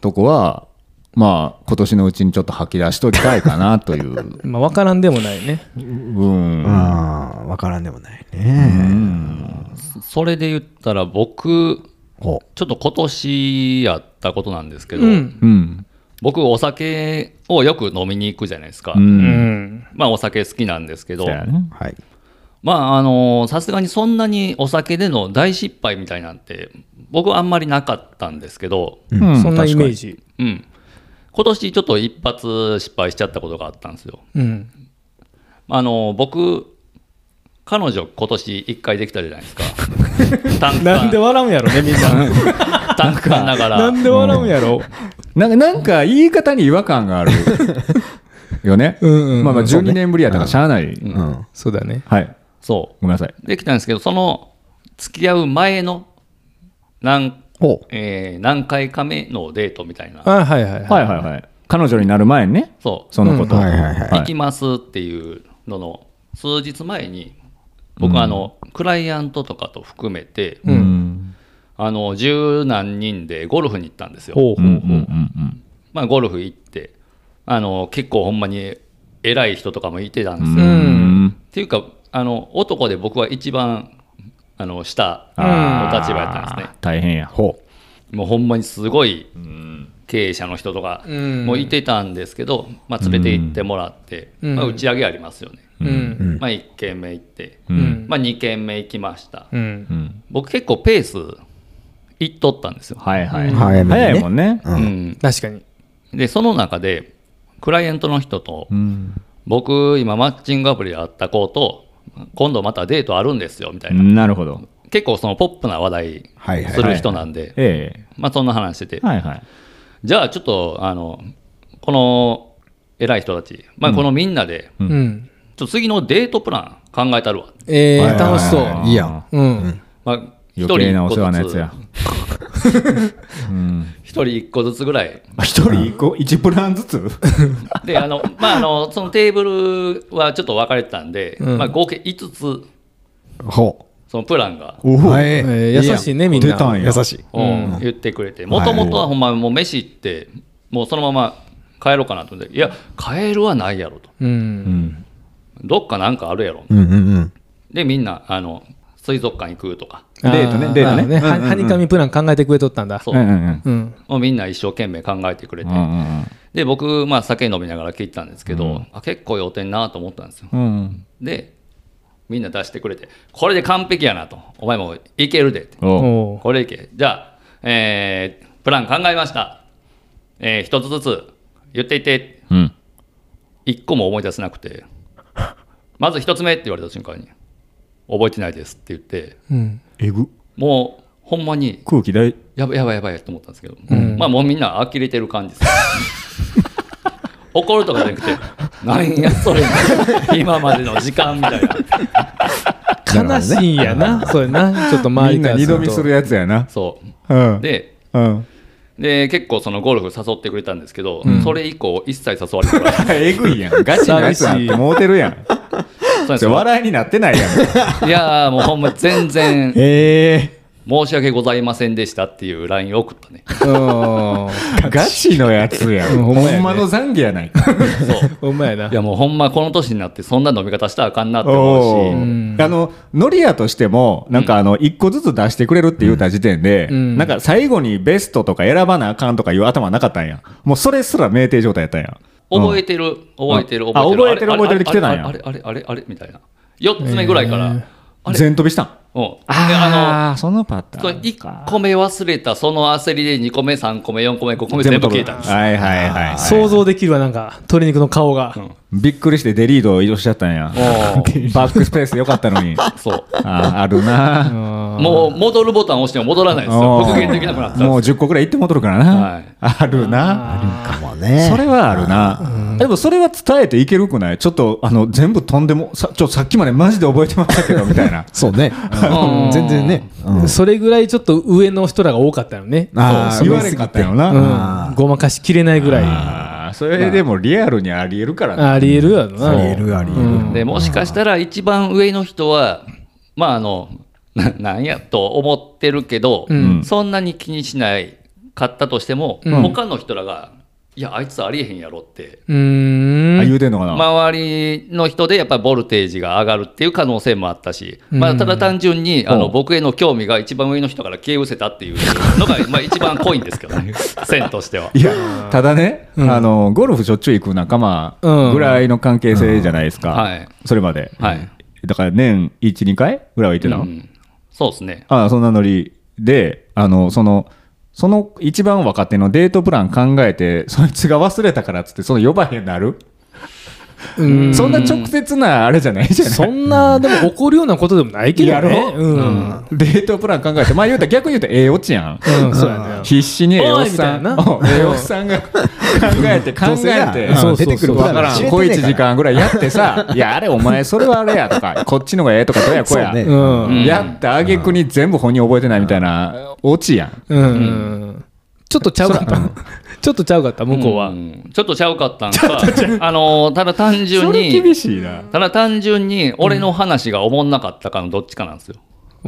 Speaker 1: とこはまあ今年のうちにちょっと吐き出しときたいかなという、
Speaker 3: まあ分からんでもないね。
Speaker 1: うん、
Speaker 4: ああ、わからんでもないね。
Speaker 2: それで言ったら、僕、
Speaker 4: ほ
Speaker 2: ちょっと今年やったことなんですけど、
Speaker 3: うん。
Speaker 1: うん。。
Speaker 2: 僕、お酒をよく飲みに行くじゃないですか。
Speaker 3: うんん。
Speaker 2: まあ、お酒好きなんですけど
Speaker 1: そう、やね
Speaker 4: う。はい。
Speaker 2: まあ、あの、さすがにそんなにお酒での大失敗みたいなんて、僕はあんまりなかったんですけど、
Speaker 1: う
Speaker 3: そんなイメージ。
Speaker 2: うん。今年ちょっと一発失敗しちゃったことがあったんですよ。
Speaker 3: うん。
Speaker 2: あの、僕、彼女今年1回できたじゃない ですか短
Speaker 3: なんで
Speaker 2: 歌
Speaker 3: 笑うんやろねみんな
Speaker 2: 短歌な
Speaker 3: な
Speaker 2: がら
Speaker 3: んで笑うんやろ
Speaker 1: なんか、なんか言い方に違和感があるよね。
Speaker 3: うんうん
Speaker 1: まあまあ、
Speaker 4: そうね
Speaker 1: 12年ぶりやったからしゃあない。
Speaker 4: うん。
Speaker 3: そうだね
Speaker 1: はい。
Speaker 2: そ
Speaker 1: ごめんなさい。
Speaker 2: うできたんですけどその付き合う前の何,、
Speaker 4: ほう。
Speaker 2: えー何回か目のデートみたいな
Speaker 3: あはいはい
Speaker 1: はい
Speaker 3: い
Speaker 1: はいはい。彼女になる前にね、
Speaker 2: そう
Speaker 1: そのこと。
Speaker 4: うんはいはいはい
Speaker 2: 行きますっていうのの数日前に僕はあの、クライアントとかと含めて、
Speaker 3: う
Speaker 1: うんん
Speaker 2: あの十何人でゴルフに行ったんですよ。
Speaker 3: ほう
Speaker 1: う
Speaker 3: ほ
Speaker 1: んうん
Speaker 3: うほう
Speaker 1: うん
Speaker 2: まあ、ゴルフ行ってあの結構ほんまに偉い人とかもいてたん
Speaker 1: う
Speaker 2: です
Speaker 1: ん
Speaker 2: よ。
Speaker 1: う
Speaker 2: っ
Speaker 1: ん。
Speaker 2: ていうかあの男で僕は一番あの下の
Speaker 1: あー
Speaker 2: 立場やったんですね。
Speaker 1: 大変や。
Speaker 4: ほ
Speaker 2: もうほんまにすごい経営者の人とか
Speaker 3: うん
Speaker 2: もういてたんですけど、まあ、連れて行ってもらって、
Speaker 3: うん
Speaker 2: まあ、打ち上げありますよね。
Speaker 3: う
Speaker 4: う。うんん。
Speaker 2: まあ、1軒目行って、
Speaker 1: う。
Speaker 3: うんん
Speaker 2: まあ、2軒目行きました、
Speaker 3: うん
Speaker 1: うん
Speaker 2: 僕結構ペース行っとったんですよ、
Speaker 1: はいはい。
Speaker 3: うん
Speaker 1: 早
Speaker 4: 早
Speaker 1: い
Speaker 4: めにね
Speaker 1: もんね。
Speaker 4: うん
Speaker 2: うん
Speaker 3: 確かに
Speaker 2: でその中でクライアントの人と、
Speaker 1: うん
Speaker 2: 僕今マッチングアプリで会った子と今度またデートあるんですよみたいな、
Speaker 1: なるほど。
Speaker 2: 結構そのポップな話題
Speaker 4: はいはい
Speaker 2: する人なんで、
Speaker 1: ええ。
Speaker 2: まあ、そんな話してて、
Speaker 1: はいはい。
Speaker 2: じゃあちょっとあのこの偉い人たち、まあ、このみんなで、
Speaker 1: うん
Speaker 3: うん
Speaker 2: ちょっと次のデートプラン考えたるわ、
Speaker 3: え
Speaker 4: はいは
Speaker 3: ー
Speaker 4: い
Speaker 3: 楽しそう
Speaker 4: あいいやん
Speaker 3: うん
Speaker 2: まあ、一
Speaker 1: 余計
Speaker 2: 人
Speaker 1: な
Speaker 2: 一
Speaker 1: お
Speaker 2: 個
Speaker 1: 世話のや
Speaker 2: ず
Speaker 1: つ
Speaker 2: つ
Speaker 1: や。うん
Speaker 2: 一人一個ずつぐらい
Speaker 1: 一人一個一プランずつ
Speaker 2: であの、 まあ、あのそのテーブルはちょっと分かれてたんで、
Speaker 3: うん
Speaker 2: まあ、合計5つ
Speaker 4: ほ
Speaker 2: そのプランが、
Speaker 4: う。お
Speaker 3: えー優しいねみん
Speaker 1: 出た
Speaker 3: なん
Speaker 1: や
Speaker 4: 優しい。
Speaker 2: うん言ってくれてもともとはほんまもう飯行ってもうそのまま帰ろうかなと思っていや帰るはないやろと
Speaker 3: う
Speaker 1: うんん
Speaker 2: どっかなんかあるやろ
Speaker 4: うんうんうん。
Speaker 2: でみんなあの水族館行くとか
Speaker 1: デートね
Speaker 3: あ
Speaker 1: デートね
Speaker 3: あははにかみプラン考えてくれとったんだ
Speaker 2: そう
Speaker 1: うんうん
Speaker 3: うん
Speaker 2: もうみんな一生懸命考えてくれ
Speaker 1: う
Speaker 2: て、
Speaker 1: んうん
Speaker 2: で僕、まあ、酒飲みながら聞いてたんですけど、あ結構酔ってんなと思ったんですよ
Speaker 1: うんうん
Speaker 2: でみんな出してくれてこれで完璧やなとお前もいけるでって
Speaker 1: おう
Speaker 3: おう
Speaker 2: これいけじゃあ、えープラン考えました、えー一つずつ言っていって
Speaker 1: うん
Speaker 2: 一個も思い出せなくてまず一つ目って言われた瞬間に覚えてないですって言って
Speaker 3: うん
Speaker 1: えぐ
Speaker 2: もうほんまに
Speaker 1: 空気大
Speaker 2: やばいやばいやばいと思ったんですけど、
Speaker 3: うん
Speaker 2: まあもうみんな呆れてる感じです怒るとかじゃなくてなんやそれ今までの時間みたいな
Speaker 3: 悲しいんやなそうやなちょっと周
Speaker 1: み
Speaker 3: り
Speaker 1: ん
Speaker 3: か
Speaker 1: な
Speaker 3: ら
Speaker 1: 二
Speaker 3: す
Speaker 1: 度
Speaker 3: る
Speaker 1: 見す
Speaker 3: と
Speaker 1: るやつやな
Speaker 2: そ
Speaker 1: うん
Speaker 2: うで
Speaker 1: うん
Speaker 2: で結構そのゴルフ誘ってくれたんですけど、それ以降一切誘われてない
Speaker 1: えぐいやんガチなやつなんてもうてるやん
Speaker 2: そうなんです
Speaker 1: それ
Speaker 2: よ
Speaker 1: 笑いになって ないやん
Speaker 2: いやーもうほんま全然
Speaker 1: え
Speaker 2: 申し訳ございませんでしたっていう LINE 送ったね
Speaker 3: うん
Speaker 1: ガチのやつやん
Speaker 3: うん
Speaker 1: ほ
Speaker 3: ほんまやね
Speaker 1: んまの懺悔やないか
Speaker 2: そう
Speaker 3: ほんまや ない
Speaker 2: やもうほんまこの年になってそんな飲み方したらあかんなって
Speaker 1: お
Speaker 2: 思うし
Speaker 3: ん
Speaker 1: ーあのノリアとしてもなんかあの一個ずつ出してくれるって言った時点で、
Speaker 3: うん
Speaker 1: なんか最後にベストとか選ばなあかんとかいう頭なかったんやもうそれすら明定状態やったんや
Speaker 2: 覚え
Speaker 1: て
Speaker 2: てる覚えてる
Speaker 1: あ
Speaker 2: 覚え
Speaker 1: 覚えて
Speaker 2: てる
Speaker 1: る覚えてる来てたんや
Speaker 2: あれあれあれあれあれあれみたいな4つ目ぐらいから、あれ
Speaker 1: 全飛びしたん
Speaker 2: うんであ
Speaker 1: ーそのパタ
Speaker 2: の1個目忘れたその焦りで2個目3個目4個目5個目全部消えたんです
Speaker 1: はいはいはいはい
Speaker 3: 想像できるわなんか鶏肉の顔が
Speaker 1: びっくりしてデリートを移動しちゃったんや
Speaker 2: お ー
Speaker 1: バックスペースよかったのにあ
Speaker 2: そう
Speaker 1: ーあるな
Speaker 2: もう戻るボタン押しても戻らないですよ
Speaker 1: おー
Speaker 2: 復元できなくなったんです
Speaker 1: もう10個ぐらい行って戻るからな、
Speaker 2: はい
Speaker 1: あるな
Speaker 4: かもね。。
Speaker 1: それはあるな。でもそれは伝えていけるくないちょっと、あの、全部飛んでも、さ、ちょ、さっきまでマジで覚えてましたけど、みたい な
Speaker 4: そうね。
Speaker 2: うん
Speaker 4: 全然ね。
Speaker 3: それぐらいちょっと上の人らが多かったよね
Speaker 4: あー
Speaker 1: そう言われんかったよ
Speaker 3: う
Speaker 1: な。
Speaker 3: んごまかしきれないぐらいあ
Speaker 1: あーそれでもリアルにありえるからな。
Speaker 3: りえるやろな
Speaker 4: ありえるありえる。
Speaker 2: でもしかしたら一番上の人はまああの ななんやと思ってるけど、
Speaker 3: うん
Speaker 2: そんなに気にしないかったとしても、
Speaker 3: うん
Speaker 2: 他の人らが「いやあいつありえへんやろ」って
Speaker 3: うーん
Speaker 1: あ、言うてんのかな。
Speaker 2: 周りの人でやっぱりボルテージが上がるっていう可能性もあったし、まあ、ただ単純にあ
Speaker 1: う
Speaker 2: の
Speaker 1: ん
Speaker 2: 僕への興味が一番上の人から消え失せたっ ていうのがまあ一番濃いんですけどね 線としては。
Speaker 1: いや、ただね、
Speaker 3: うん
Speaker 1: あの、ゴルフしょっちゅう行く仲間
Speaker 3: うん
Speaker 1: ぐらいの関係性じゃないですか。
Speaker 2: うんはい
Speaker 1: それまで。
Speaker 2: はい
Speaker 1: だから年1、2回ぐらいは行ってたの、
Speaker 2: うんそうですね
Speaker 1: ああそんなノリであのそのその一番若手のデートプラン考えてそいつが忘れたからっつってその呼ばへんなる
Speaker 3: うん
Speaker 1: そんな直接なあれじゃないじゃな
Speaker 3: そ
Speaker 1: い
Speaker 3: んな、でも怒るようなことでもないけど
Speaker 1: や
Speaker 3: ね
Speaker 1: ろ。
Speaker 3: うん。
Speaker 1: デートプラン考えてまあ言うたら逆に言うとええオチやん
Speaker 3: うん、そうやね。
Speaker 1: 必死にええおっさん
Speaker 3: おいみたいな
Speaker 1: うんええおっさんが考えて考
Speaker 4: どうせ
Speaker 1: え
Speaker 4: な
Speaker 1: て
Speaker 4: うん
Speaker 3: そうそう
Speaker 4: 出てくる
Speaker 1: わから
Speaker 4: 知
Speaker 1: ん
Speaker 4: れてね
Speaker 1: 小
Speaker 4: え
Speaker 1: 一時間ぐらいやって さ「いやあれお前それはあれや」とか「こっちのがええ」とか「どうやこうや」
Speaker 4: そうね
Speaker 3: うん。
Speaker 2: ん
Speaker 1: やった挙句に全部本人覚えてないみたいなオチやん
Speaker 3: うん。ちょっとちゃうかった。ちょっとちゃうかった、向こうは。
Speaker 2: んちょっとちゃうかったんか、あのーただ単純
Speaker 1: それ
Speaker 2: に
Speaker 1: 厳、しいな
Speaker 2: ただ単純に俺の話がおもんなかったかのどっちかなんですよ。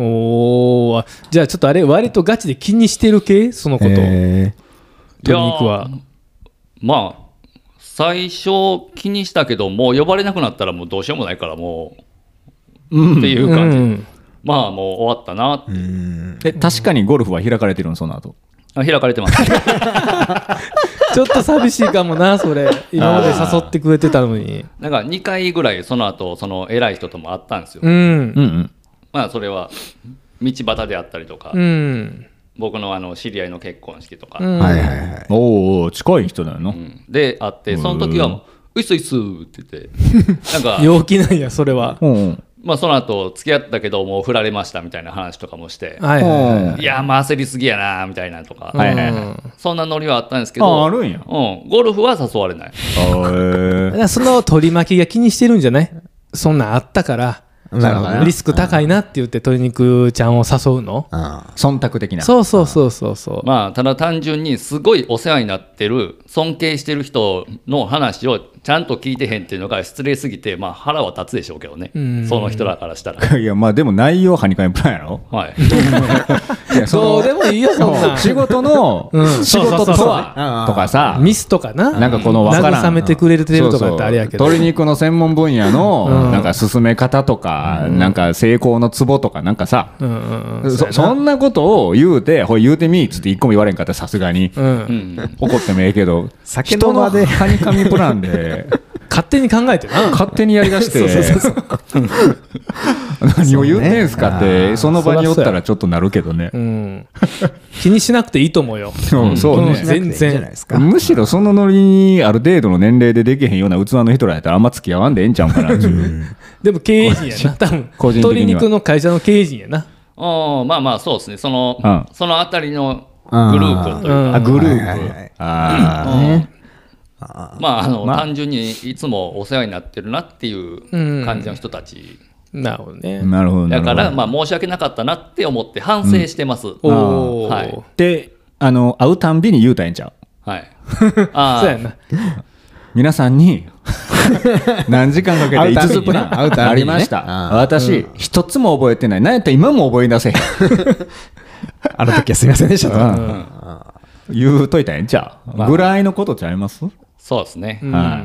Speaker 3: おお、あじゃあちょっとあれ、割とガチで気にしてる系そのこと。
Speaker 4: え
Speaker 3: 鶏肉は。
Speaker 2: まあ、最初気にしたけど、もう呼ばれなくなったらもうどうしようもないから、もう、っていう感じ。
Speaker 3: うん
Speaker 2: まあ、もう終わったなって、
Speaker 1: え確かにゴルフは開かれてるのその後
Speaker 2: あ開かれてます。
Speaker 3: ちょっと寂しいかもな、それ。今まで誘ってくれてたのに。
Speaker 2: なんか2回ぐらいその後その偉い人とも会ったんですよ。
Speaker 3: うん
Speaker 1: う。んうん
Speaker 2: まあそれは道端であったりとか、
Speaker 3: うん。
Speaker 2: 僕のあの知り合いの結婚式とか、
Speaker 3: うん
Speaker 4: ーはいはいはい。
Speaker 1: おうおう近い人だよな
Speaker 2: うんで会ってその時はもう「うっすいっす」って言ってなんか、
Speaker 3: 陽気なんや、それは。
Speaker 1: うんうん
Speaker 2: まあ、その後付き合ったけどもう振られましたみたいな話とかもして
Speaker 3: はいはいはい
Speaker 2: いやまあ焦りすぎやなみたいなとか、
Speaker 1: はいはいはい
Speaker 3: うん
Speaker 2: そんなノリはあったんですけ
Speaker 1: あ
Speaker 2: ど
Speaker 1: あるんや
Speaker 2: うん、ゴルフは誘われない
Speaker 3: だからその取り巻きが気にしてるんじゃないそんなんあったから、
Speaker 4: なるほどね
Speaker 3: リスク高いなって言って鶏肉ちゃんを誘うの
Speaker 4: あ
Speaker 1: 忖度的な
Speaker 3: そうそうそうそうそう。
Speaker 2: まあただ単純にすごいお世話になってる尊敬してる人の話をちゃんと聞いてへんっていうのが失礼すぎてまあ腹は立つでしょうけどね
Speaker 3: うん
Speaker 2: その人らからした ら
Speaker 1: いやまあでも内容はにかみプランやろ
Speaker 2: はい
Speaker 1: いやそ
Speaker 3: ど
Speaker 1: の
Speaker 3: うでもいいよ、そんなん
Speaker 1: 仕事の
Speaker 3: うん
Speaker 1: 仕事と
Speaker 3: そうそうそう
Speaker 1: はとかさ
Speaker 3: ミスとかな。
Speaker 1: なんかこの分からん
Speaker 3: 慰めてくれてるとかってあれやけど。
Speaker 1: そうそう鶏肉の専門分野
Speaker 3: う
Speaker 1: の
Speaker 3: ん
Speaker 1: なんか進め方とか、なんか成功のツボとかなんかさ、
Speaker 3: うんうんうん。
Speaker 1: そそんなことを言うて「ほい言うてみ」っつって一個も言われんかったらさすがに、
Speaker 3: うん
Speaker 2: うん
Speaker 1: 怒ってもええけど
Speaker 4: 酒の場で
Speaker 1: 人のはにかみプランで
Speaker 3: 勝手に考えてな。
Speaker 1: 勝手にやりだして何を言うてんすかっ
Speaker 3: そうね
Speaker 1: てその場におったらちょっとなるけどね
Speaker 3: う。ん。気にしなくていいと思うよ。
Speaker 1: うんそう
Speaker 3: うん
Speaker 1: ね、
Speaker 3: 全
Speaker 4: いいんじゃない
Speaker 3: 然
Speaker 4: で。すか。
Speaker 1: むしろそのノリにある程度の年齢でできへんような器の人らやったらあんま付き合わんでええんちゃうんかなっていう
Speaker 3: でも経営陣やな。多分、
Speaker 1: 個人的には
Speaker 3: 鶏肉の会社の経営陣やな。
Speaker 2: ああまあまあそうですねその、
Speaker 1: うん
Speaker 2: そのあたりのグループという
Speaker 3: うん
Speaker 2: か、
Speaker 1: グル
Speaker 4: は
Speaker 1: ー
Speaker 4: い
Speaker 1: プ
Speaker 4: はいはい
Speaker 1: ああ、
Speaker 2: まああの、
Speaker 1: まあ
Speaker 2: 単純にいつもお世話になってるなっていう感じの人たち、
Speaker 3: なるほどね。
Speaker 1: なるほどな
Speaker 2: だ
Speaker 1: るほど
Speaker 2: からまあ申し訳なかったなって思って反省してます、
Speaker 3: おお。
Speaker 2: はい
Speaker 1: であの会うたんびに言うたんちゃう
Speaker 2: はいあ
Speaker 3: そうや
Speaker 2: あ
Speaker 3: な。
Speaker 1: 皆さん に何時間かけ
Speaker 4: 会う
Speaker 1: て
Speaker 4: た
Speaker 1: 5
Speaker 4: んびに
Speaker 1: つプラン
Speaker 4: 会うたんびにね
Speaker 1: ありました
Speaker 4: ああ
Speaker 1: 私一つも覚えてない何やったら今も覚え出せへん
Speaker 4: あの時はすみませんでしたと。
Speaker 1: うん言うといたんちゃうぐらいのことちゃいます
Speaker 2: そうですね、
Speaker 3: うん
Speaker 1: は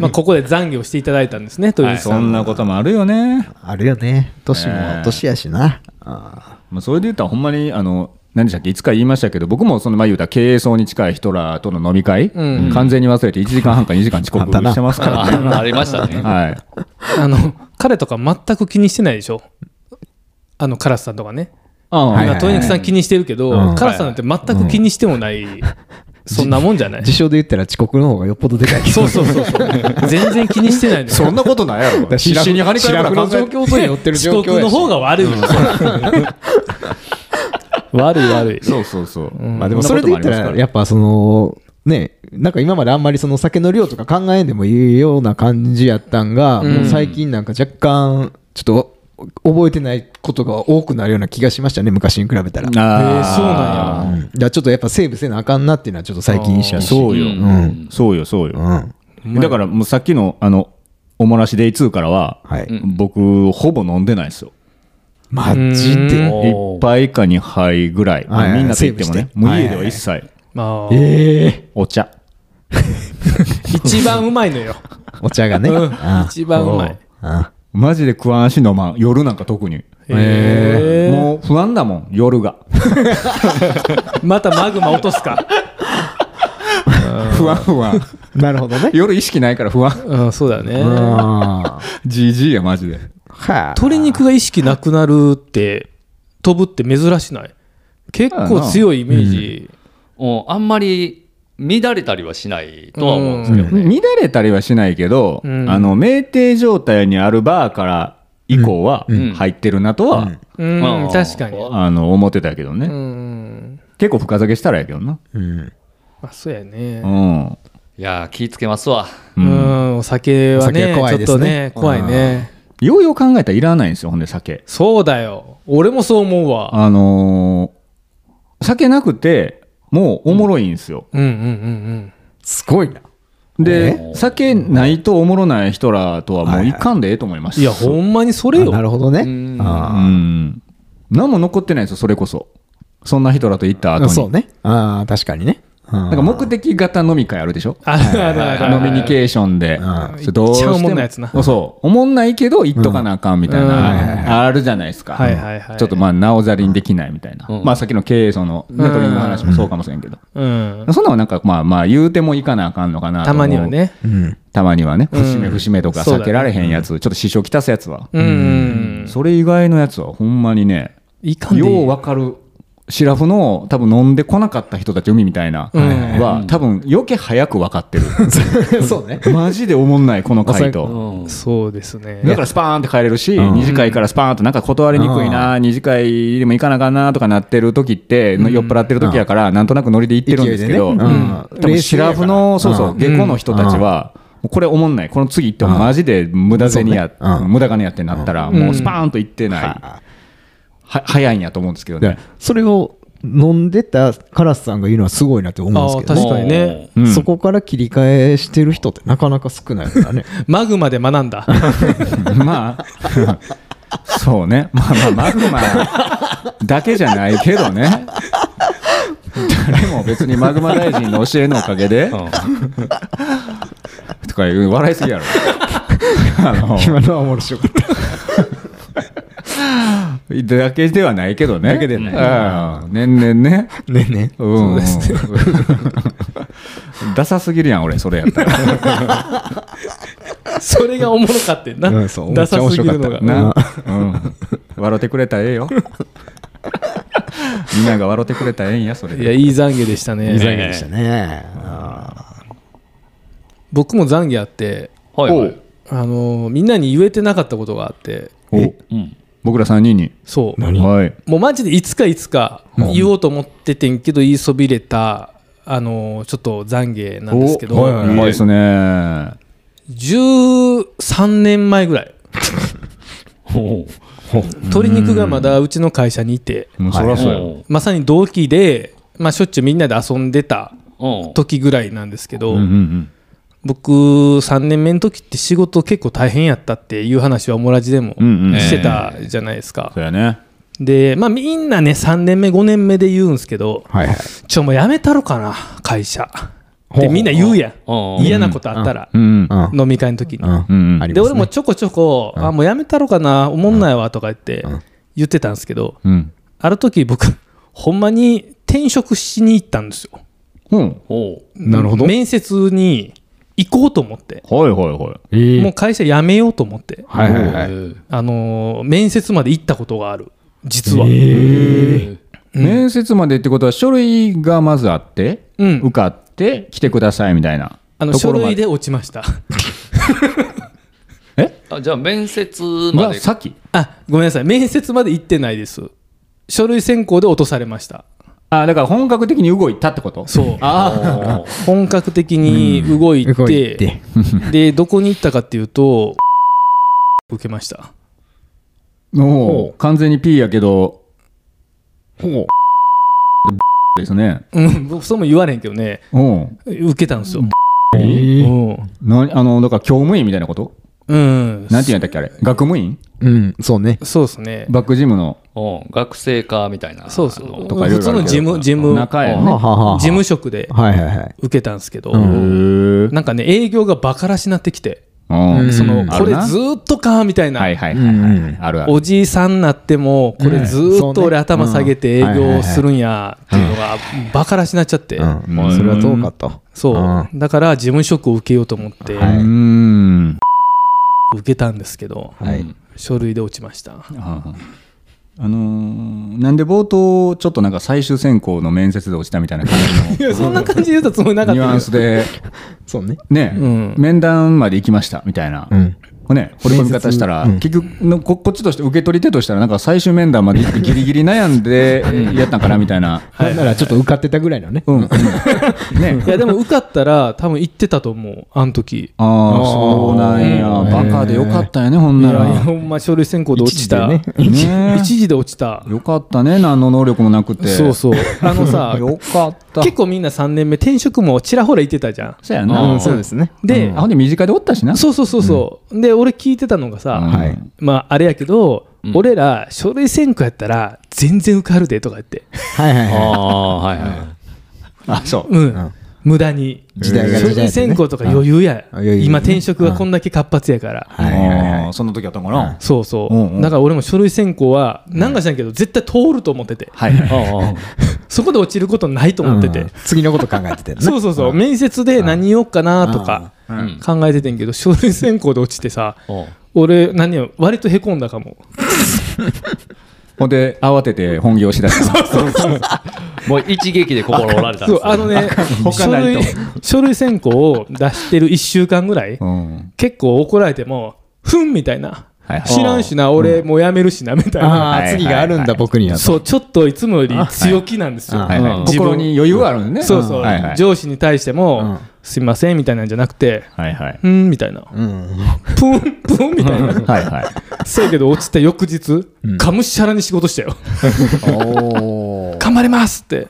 Speaker 3: まあ、ここで残業していただいたんですね、という
Speaker 1: そんなこともあるよね
Speaker 4: あるよね。年も年やしな。あ
Speaker 1: まあ、それで言ったらほんまにあの何でしたっけいつか言いましたけど僕もその前言うたら経営層に近い人らとの飲み会、
Speaker 3: うん
Speaker 1: 完全に忘れて1時間半か2時間遅刻してますからね。
Speaker 2: あありまし たね、
Speaker 1: はい、
Speaker 3: あの、彼とか全く気にしてないでしょ。あの、カラスさんとかね。
Speaker 1: あ
Speaker 4: はい
Speaker 3: 今、トニクさん気にしてるけど、
Speaker 4: うん
Speaker 3: カラスさんなんて全く気にしてもない、そんなもんじゃな
Speaker 4: あ
Speaker 3: い。
Speaker 4: 自称で言ったら遅刻の方がよっぽどでかいけど。
Speaker 3: そうそうそうそう。全然気にして ないのよ
Speaker 1: そんなことないやろ必死に張り替えなあかん
Speaker 4: 白状況とによってる
Speaker 3: 遅
Speaker 4: 状況
Speaker 3: 刻
Speaker 4: やし
Speaker 3: の方が悪い。 悪い悪い。
Speaker 1: そうそうそう、
Speaker 4: まあでもそれで言ったら、やっぱその、ね、なんか今まであんまりその酒の量とか考えんでもいいような感じやったんが、もう最近なんか若干、ちょっと覚えてないことが多くなるような気がしましたね、昔に比べたら。うん
Speaker 3: えーそうなん
Speaker 1: や
Speaker 4: だからちょっとやっぱセーブせなあかんなっていうのはちょっと最近意識はしてる
Speaker 1: そうよ、
Speaker 2: うん
Speaker 4: うん
Speaker 1: そうよそうよ、
Speaker 4: うん。
Speaker 1: だからもうさっきのあのおもらしデイ2からは、
Speaker 4: はい。
Speaker 1: 僕ほぼ飲んでないですよ
Speaker 4: マジで。
Speaker 3: おー
Speaker 1: 一杯か二杯ぐらい、まあ
Speaker 4: はいはい
Speaker 1: みんなと言っても
Speaker 4: セーブ
Speaker 1: ね
Speaker 4: して
Speaker 1: もう家では一切
Speaker 3: まあ、
Speaker 4: ええ
Speaker 1: お茶
Speaker 3: 一番うまいのよ。
Speaker 4: お茶がね。
Speaker 3: うん
Speaker 4: あ
Speaker 3: 一番うまい。
Speaker 4: あ
Speaker 1: マジで食わんし飲まん夜なんか特に
Speaker 3: へー
Speaker 1: もう不安だもん夜が
Speaker 3: またマグマ落とすか。
Speaker 1: 不安不安
Speaker 4: なるほどね。
Speaker 1: 夜意識ないから不安
Speaker 3: うん、そうだよね。
Speaker 4: は
Speaker 1: じじいやマジで
Speaker 4: あ。
Speaker 3: 鶏肉が意識なくなるって、飛ぶって珍しない。結構強いイメージ。
Speaker 2: うんあんまり乱れたりはしないとは思うんですけどね。
Speaker 1: 乱れたりはしないけど、
Speaker 3: うん
Speaker 1: あの酩酊状態にあるバーから以降は
Speaker 2: うん
Speaker 1: 入ってるなとは、
Speaker 3: うん、
Speaker 2: あー
Speaker 3: 確かに。
Speaker 1: あの思ってたけどね、
Speaker 3: うん。
Speaker 1: 結構深酒したらやけどな
Speaker 4: うん。
Speaker 3: あ、そうやね
Speaker 1: う。ん、
Speaker 2: いやー気ぃつけますわ。
Speaker 1: う、
Speaker 3: うんん、お酒は
Speaker 4: お酒
Speaker 3: ね、
Speaker 4: は怖い
Speaker 3: ちょ
Speaker 4: で
Speaker 3: っ
Speaker 4: す
Speaker 3: と
Speaker 4: ね
Speaker 3: ね、怖いね。
Speaker 1: ようよう考えたらいらないんですよほんで酒
Speaker 3: そうだよ。俺もそう思うわ。
Speaker 1: あのー酒なくてもうおもろいんですよ、
Speaker 3: うんうんうん
Speaker 4: すごいな。
Speaker 1: で
Speaker 2: え
Speaker 1: 酒ないとおもろない人らとはもういかんでええと思いま
Speaker 3: う
Speaker 1: す
Speaker 3: ん。いや、ほんまにそれ
Speaker 4: あな
Speaker 3: よ。
Speaker 4: るほど
Speaker 3: う
Speaker 4: ね。
Speaker 3: ん
Speaker 1: う
Speaker 4: あ
Speaker 1: ん何も残ってないんですよそれこそそんな人らと行った後
Speaker 4: あ。
Speaker 1: に
Speaker 4: そうね。ああ、確かにね。な
Speaker 1: なんか目的型飲み会あるでしょ
Speaker 3: あるあるあるある。
Speaker 1: 飲みニケーションで
Speaker 4: う、
Speaker 1: それどうして
Speaker 3: いっちゃおもんないやつな
Speaker 1: そう、おもんないけど、言っとかなあかんみたい
Speaker 4: うん
Speaker 1: な、あるじゃないですか。
Speaker 3: はいはいはい
Speaker 1: ちょっとまあ、なおざりにできないみたいな。
Speaker 2: うん
Speaker 1: まあ、さっきの経営層のメトリングの話もそうかもしれんけど。
Speaker 3: うん。
Speaker 1: そんなのなんか、まあまあ、言うてもいかなあかんのかなと
Speaker 3: た
Speaker 1: 思う
Speaker 3: まには。ね。
Speaker 4: うん。
Speaker 1: たまにはね、
Speaker 3: うん
Speaker 1: 節目節目とか
Speaker 3: そうだ
Speaker 1: 避
Speaker 3: ね
Speaker 1: けられへんやつ、ちょっと支障きたすやつは。
Speaker 3: うんうん。
Speaker 1: それ以外のやつは、ほんまにね、
Speaker 3: いかんでいい
Speaker 1: ようわかる。シラフの多分飲んでこなかった人たち海みたいな
Speaker 3: うん
Speaker 1: は多分余計早く分かってる
Speaker 4: そうね。
Speaker 1: マジでおもんないこの回答
Speaker 2: うん
Speaker 3: そうですね。
Speaker 1: だからスパーンって帰れるし、
Speaker 4: うん
Speaker 1: 二次会からスパーンとなんか断りにくいな、二次会でも行かなあかんなとかなってる時って、
Speaker 3: ん
Speaker 1: 酔っ払ってる時やから、なんとなくノリで行ってるんですけど、
Speaker 4: 勢いでね
Speaker 1: 多分シラフの、そうそう、下戸の人たちは、もうこれおもんない、この次行ってもマジで無駄銭や、
Speaker 4: うんそうねうん
Speaker 1: 無駄金やってなったら、
Speaker 3: うん
Speaker 1: もうスパーンと行ってない、
Speaker 4: は
Speaker 1: は早いんやと思うんですけど
Speaker 4: い。だ
Speaker 1: ね
Speaker 4: か。らそれを飲んでたカラスさんが言うのはすごいなって思うんですけ
Speaker 3: あ
Speaker 4: ど
Speaker 3: ー確かにね。
Speaker 1: うん
Speaker 4: そこから切り替えしてる人ってなかなか少ないからね。
Speaker 3: マグマで学んだ。
Speaker 1: まあ、そうね、まあまあ、マグマだけじゃないけどね、誰も別にマグマ大臣の教えのおかげで、とか言う笑いすぎやろ。あの
Speaker 4: 今のは面白かった。
Speaker 1: だけではないけどね。
Speaker 4: だけではない
Speaker 1: ない。年々ね。
Speaker 4: ねえねえ。
Speaker 1: うん。ダサすぎるやん、俺、それやったら。
Speaker 3: それがおもろかってんな。
Speaker 4: う
Speaker 3: ダ
Speaker 4: ん
Speaker 3: サ
Speaker 4: そう
Speaker 3: すぎるの
Speaker 4: め
Speaker 3: が
Speaker 4: っちゃ面白かった。
Speaker 1: な。うん。笑ってくれたらええよ。みんなが笑ってくれたらええんや、それ
Speaker 3: いや、
Speaker 1: で。
Speaker 3: いい懺悔でしたね。
Speaker 2: い懺悔
Speaker 4: でしたね。あ
Speaker 3: 僕も懺悔あって、
Speaker 2: はいはい。
Speaker 3: あのーみんなに言えてなかったことがあって、
Speaker 1: お
Speaker 2: うん
Speaker 1: 僕ら3人に。
Speaker 3: そう。
Speaker 4: 何
Speaker 1: はい。
Speaker 3: もうマジでいつかいつか言おうと思っててんけど言いそびれた、あのーちょっと懺悔なんですけど、
Speaker 1: おはいはいはいうまいですね。
Speaker 3: 13年前ぐらい
Speaker 2: ほう
Speaker 3: 鶏肉がまだうちの会社にいて
Speaker 1: もうそりゃそうよ。
Speaker 2: ほ
Speaker 3: まさに同期で、まあ、しょっちゅうみんなで遊んでた
Speaker 2: ううん
Speaker 3: 時ぐらいなんですけど、
Speaker 1: うんうんうん。
Speaker 3: 僕3年目の時って仕事結構大変やったっていう話はオモラジでも
Speaker 1: うんうん
Speaker 3: してたじゃないですか、
Speaker 1: そうやね。
Speaker 3: で、まあ、みんなね3年目5年目で言うんですけど
Speaker 4: ーはいはい。
Speaker 3: ちょもうやめたろかな会社っ
Speaker 4: ほう
Speaker 3: て
Speaker 4: ほう
Speaker 3: みんな言うやん
Speaker 2: うん
Speaker 3: 嫌なことあったら
Speaker 1: うんうん。
Speaker 4: うん
Speaker 3: 飲み会の時に
Speaker 4: うん
Speaker 1: うん
Speaker 4: ありますね
Speaker 3: で俺もちょこちょこ「あもうやめたろかなおもんないわ」とか言って言ってたんですけど
Speaker 1: うん。
Speaker 3: ある時僕 ほんまに転職しに行ったんですよ
Speaker 1: うん。
Speaker 2: ほう
Speaker 4: なるほど
Speaker 3: 面接に行こうと思って
Speaker 1: はいはいはい。
Speaker 4: えー
Speaker 3: もう会社辞めようと思って
Speaker 4: はいはいはい。
Speaker 2: い
Speaker 3: あのー面接まで行ったことがある実は、
Speaker 1: 面接までってことは書類がまずあって、
Speaker 3: うん
Speaker 1: 受かって来てくださいみたいな
Speaker 3: あの
Speaker 1: とこ
Speaker 3: 書
Speaker 1: ろま
Speaker 3: 類で落ちました
Speaker 2: あじゃあ面接ま
Speaker 1: が
Speaker 2: で
Speaker 1: 先
Speaker 3: あごめんなさい面接まで行ってないです書類選考で落とされました
Speaker 1: あだから本格的に動いたってこと
Speaker 3: そう
Speaker 1: あ
Speaker 3: 本格的に動いて,、
Speaker 4: 動いて
Speaker 3: でどこに行ったかっていうと受けました
Speaker 1: あもう完全に P やけど
Speaker 4: ほ
Speaker 1: ですね
Speaker 3: うん僕そうも言われへんけどね
Speaker 1: うん
Speaker 3: 受けたんですよ、
Speaker 4: う。え
Speaker 3: う
Speaker 4: ー
Speaker 3: ん
Speaker 1: なあのだから教務員みたいなこと
Speaker 3: うん、
Speaker 1: なんて言うんやったっけあれ学務員
Speaker 4: うん、そうね。
Speaker 3: そうですね
Speaker 1: バックジムの
Speaker 2: うん学生かみたいな
Speaker 3: そうそう
Speaker 2: あの
Speaker 1: とかいろい
Speaker 3: 普
Speaker 1: ろ
Speaker 3: 通
Speaker 1: あるけど
Speaker 3: の事務事務
Speaker 1: 中や
Speaker 4: は
Speaker 1: ね
Speaker 4: ははは
Speaker 3: 事務職で
Speaker 4: はいはいはい。
Speaker 3: 受けたんですけど、
Speaker 4: うん
Speaker 1: へえ
Speaker 3: なんかね営業がバカらしなってきて、
Speaker 1: うん
Speaker 3: その
Speaker 4: うん
Speaker 3: これずーっとかみたいな、
Speaker 1: はいはいはいはい、
Speaker 4: うん
Speaker 1: あるある
Speaker 3: おじいさんになってもこれずーっと
Speaker 4: うんそうね
Speaker 3: 俺頭下げて営
Speaker 4: うんはいはい
Speaker 3: 業
Speaker 4: はい
Speaker 3: するんやっていうのがバカらしになっちゃって、
Speaker 4: うん、もうそれはどうかと。
Speaker 3: そう、だから事務職を受けようと思って
Speaker 4: はいう
Speaker 1: ーん
Speaker 3: 受けたんですけど、
Speaker 4: はい。
Speaker 3: 書類で落ちました
Speaker 1: あのーなんで冒頭、ちょっとなんか最終選考の面接で落ちたみたいな感
Speaker 3: いやそんな感じで言ったつもりな
Speaker 1: じ
Speaker 3: か
Speaker 1: のニュ
Speaker 3: っ
Speaker 1: ア
Speaker 3: た
Speaker 1: ン
Speaker 3: です
Speaker 1: スで、
Speaker 4: そうね。
Speaker 1: ね、
Speaker 3: うん
Speaker 1: 面談まで行きましたみたいな、
Speaker 4: うん
Speaker 1: ね、掘り込み方したら、
Speaker 4: 面
Speaker 1: 結局のこ、こっちとして受け取り手としたら、なんか最終面談まで行ってギリギリ悩んでやったんかなみたいな。
Speaker 4: なんならちょっと受かってたぐらいのね。
Speaker 1: うん、 うんね
Speaker 3: いやでも受かったら多分行ってたと思うあの時
Speaker 1: ああ、そうなんや。
Speaker 4: うん
Speaker 1: バカでよかったよね、ほんない
Speaker 3: や
Speaker 1: ら。
Speaker 3: ほんま書類選考で落ちた
Speaker 4: 一
Speaker 1: ね
Speaker 3: 一時で落ちた
Speaker 1: よかったね、何の能力もなくて。
Speaker 3: そうそう あのさ
Speaker 1: よかった。
Speaker 3: 結構みんな3年目転職もちらほら行ってたじゃん
Speaker 1: そうや
Speaker 2: う
Speaker 1: な。
Speaker 2: んそう
Speaker 4: ですね。
Speaker 3: で、
Speaker 1: あほんで、身近でおったしな。
Speaker 3: そうそうそうそう、で俺聞いてたのがさ、
Speaker 1: うん
Speaker 4: はい
Speaker 3: まああれやけど、
Speaker 2: うん
Speaker 3: 俺ら書類選考やったら全然受かるでとか言って、
Speaker 4: はいはいはい。
Speaker 2: あ、はいは
Speaker 1: あ、そう。
Speaker 3: うん
Speaker 4: ん
Speaker 3: 無駄に
Speaker 4: 時代が
Speaker 3: 書
Speaker 4: 時代で
Speaker 3: 類
Speaker 4: ね
Speaker 3: 選考とか余裕や、
Speaker 4: うん余裕ね
Speaker 3: 今転職がこんだけ活発やから、
Speaker 4: はいはいはい
Speaker 1: あーそんな時やったんかな。
Speaker 3: そうそう、
Speaker 1: うんうん
Speaker 3: だから俺も書類選考はなんか知らんけど絶対通ると思ってて、
Speaker 1: はい。
Speaker 2: い。あ
Speaker 3: そこで落ちることないと思ってて、
Speaker 4: うん次のこと考えてて
Speaker 3: そうそうそう、
Speaker 4: ん
Speaker 3: 面接で何言おうかなとか
Speaker 2: あ、うん。
Speaker 3: 考えててんけど書類選考で落ちてさ俺何よ割とへこんだかも
Speaker 1: ほんで、慌てて本業しだした。
Speaker 2: もう一撃で心折られたん
Speaker 3: そ
Speaker 2: で
Speaker 3: う
Speaker 2: す。
Speaker 3: あのね
Speaker 1: 他
Speaker 3: 書
Speaker 1: ない
Speaker 3: 類
Speaker 1: と
Speaker 3: 書類選考を出してる1週間ぐらい
Speaker 1: うん。
Speaker 3: 結構怒られてもふんみたいな
Speaker 1: はいはい
Speaker 3: 知らんしな俺もうやめるしなみたいな
Speaker 4: ああ、次があるんだ、僕には。
Speaker 3: そうちょっといつもより強気なんですよ
Speaker 1: はいはい
Speaker 2: うん
Speaker 1: 心に余裕があるんでね。
Speaker 3: そうそう
Speaker 1: はいはい。
Speaker 3: 上司に対して
Speaker 4: うん
Speaker 3: もすいませんみたいなんじゃなくて
Speaker 1: はいはい。
Speaker 3: ふんみたいな
Speaker 4: うん。
Speaker 3: プンプンみたいな
Speaker 1: はいはい。
Speaker 3: そうやけど落ちた翌日がむしゃらに仕事したよ頑張りますって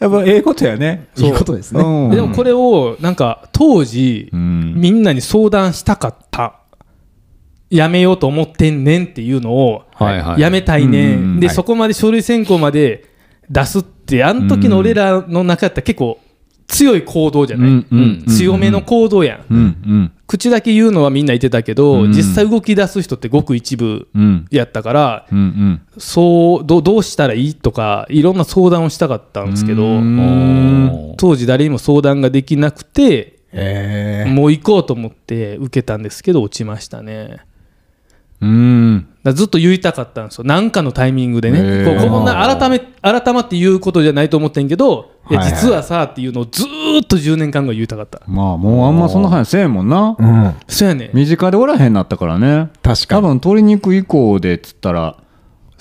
Speaker 1: やっぱ、ええことやね。
Speaker 4: いいことですね。
Speaker 1: うん。
Speaker 3: でもこれをなんか当時
Speaker 1: うん。
Speaker 3: みんなに相談したかったやめようと思ってんねんっていうのを
Speaker 2: はいはい
Speaker 3: やめたいね
Speaker 1: うんうんうん
Speaker 3: んで
Speaker 1: はい
Speaker 3: そこまで書類選考まで出すってあの時の俺らの中やったら結構強い行動じゃない、
Speaker 1: うんうん
Speaker 3: 強めの行動やん、
Speaker 1: うんうん
Speaker 3: 口だけ言うのはみんな言ってたけど、
Speaker 1: うん
Speaker 3: 実際動き出す人ってごく一部
Speaker 1: うん
Speaker 3: やったから
Speaker 1: うんうん
Speaker 3: そうどどうしたらいいとかいろんな相談をしたかったんですけど
Speaker 1: ん
Speaker 3: 当時誰にも相談ができなくて
Speaker 4: ええ。
Speaker 3: もう行こうと思って受けたんですけど落ちましたね
Speaker 1: うん
Speaker 3: だからずっと言いたかったんですよなんかのタイミングで
Speaker 1: へ
Speaker 3: ね
Speaker 1: ー
Speaker 3: こうこんな改め改まって言うことじゃないと思ってんけど、いや
Speaker 4: はいはい
Speaker 3: 実はさっていうのをずーっと10年間ぐらい言いたかった
Speaker 1: まあもうあんまそんな話せえもんな
Speaker 4: うん。
Speaker 3: そうやね
Speaker 1: 身近でおらへんなったからね
Speaker 4: 確か
Speaker 1: 多
Speaker 4: に。
Speaker 1: 分鶏肉以降でっつったら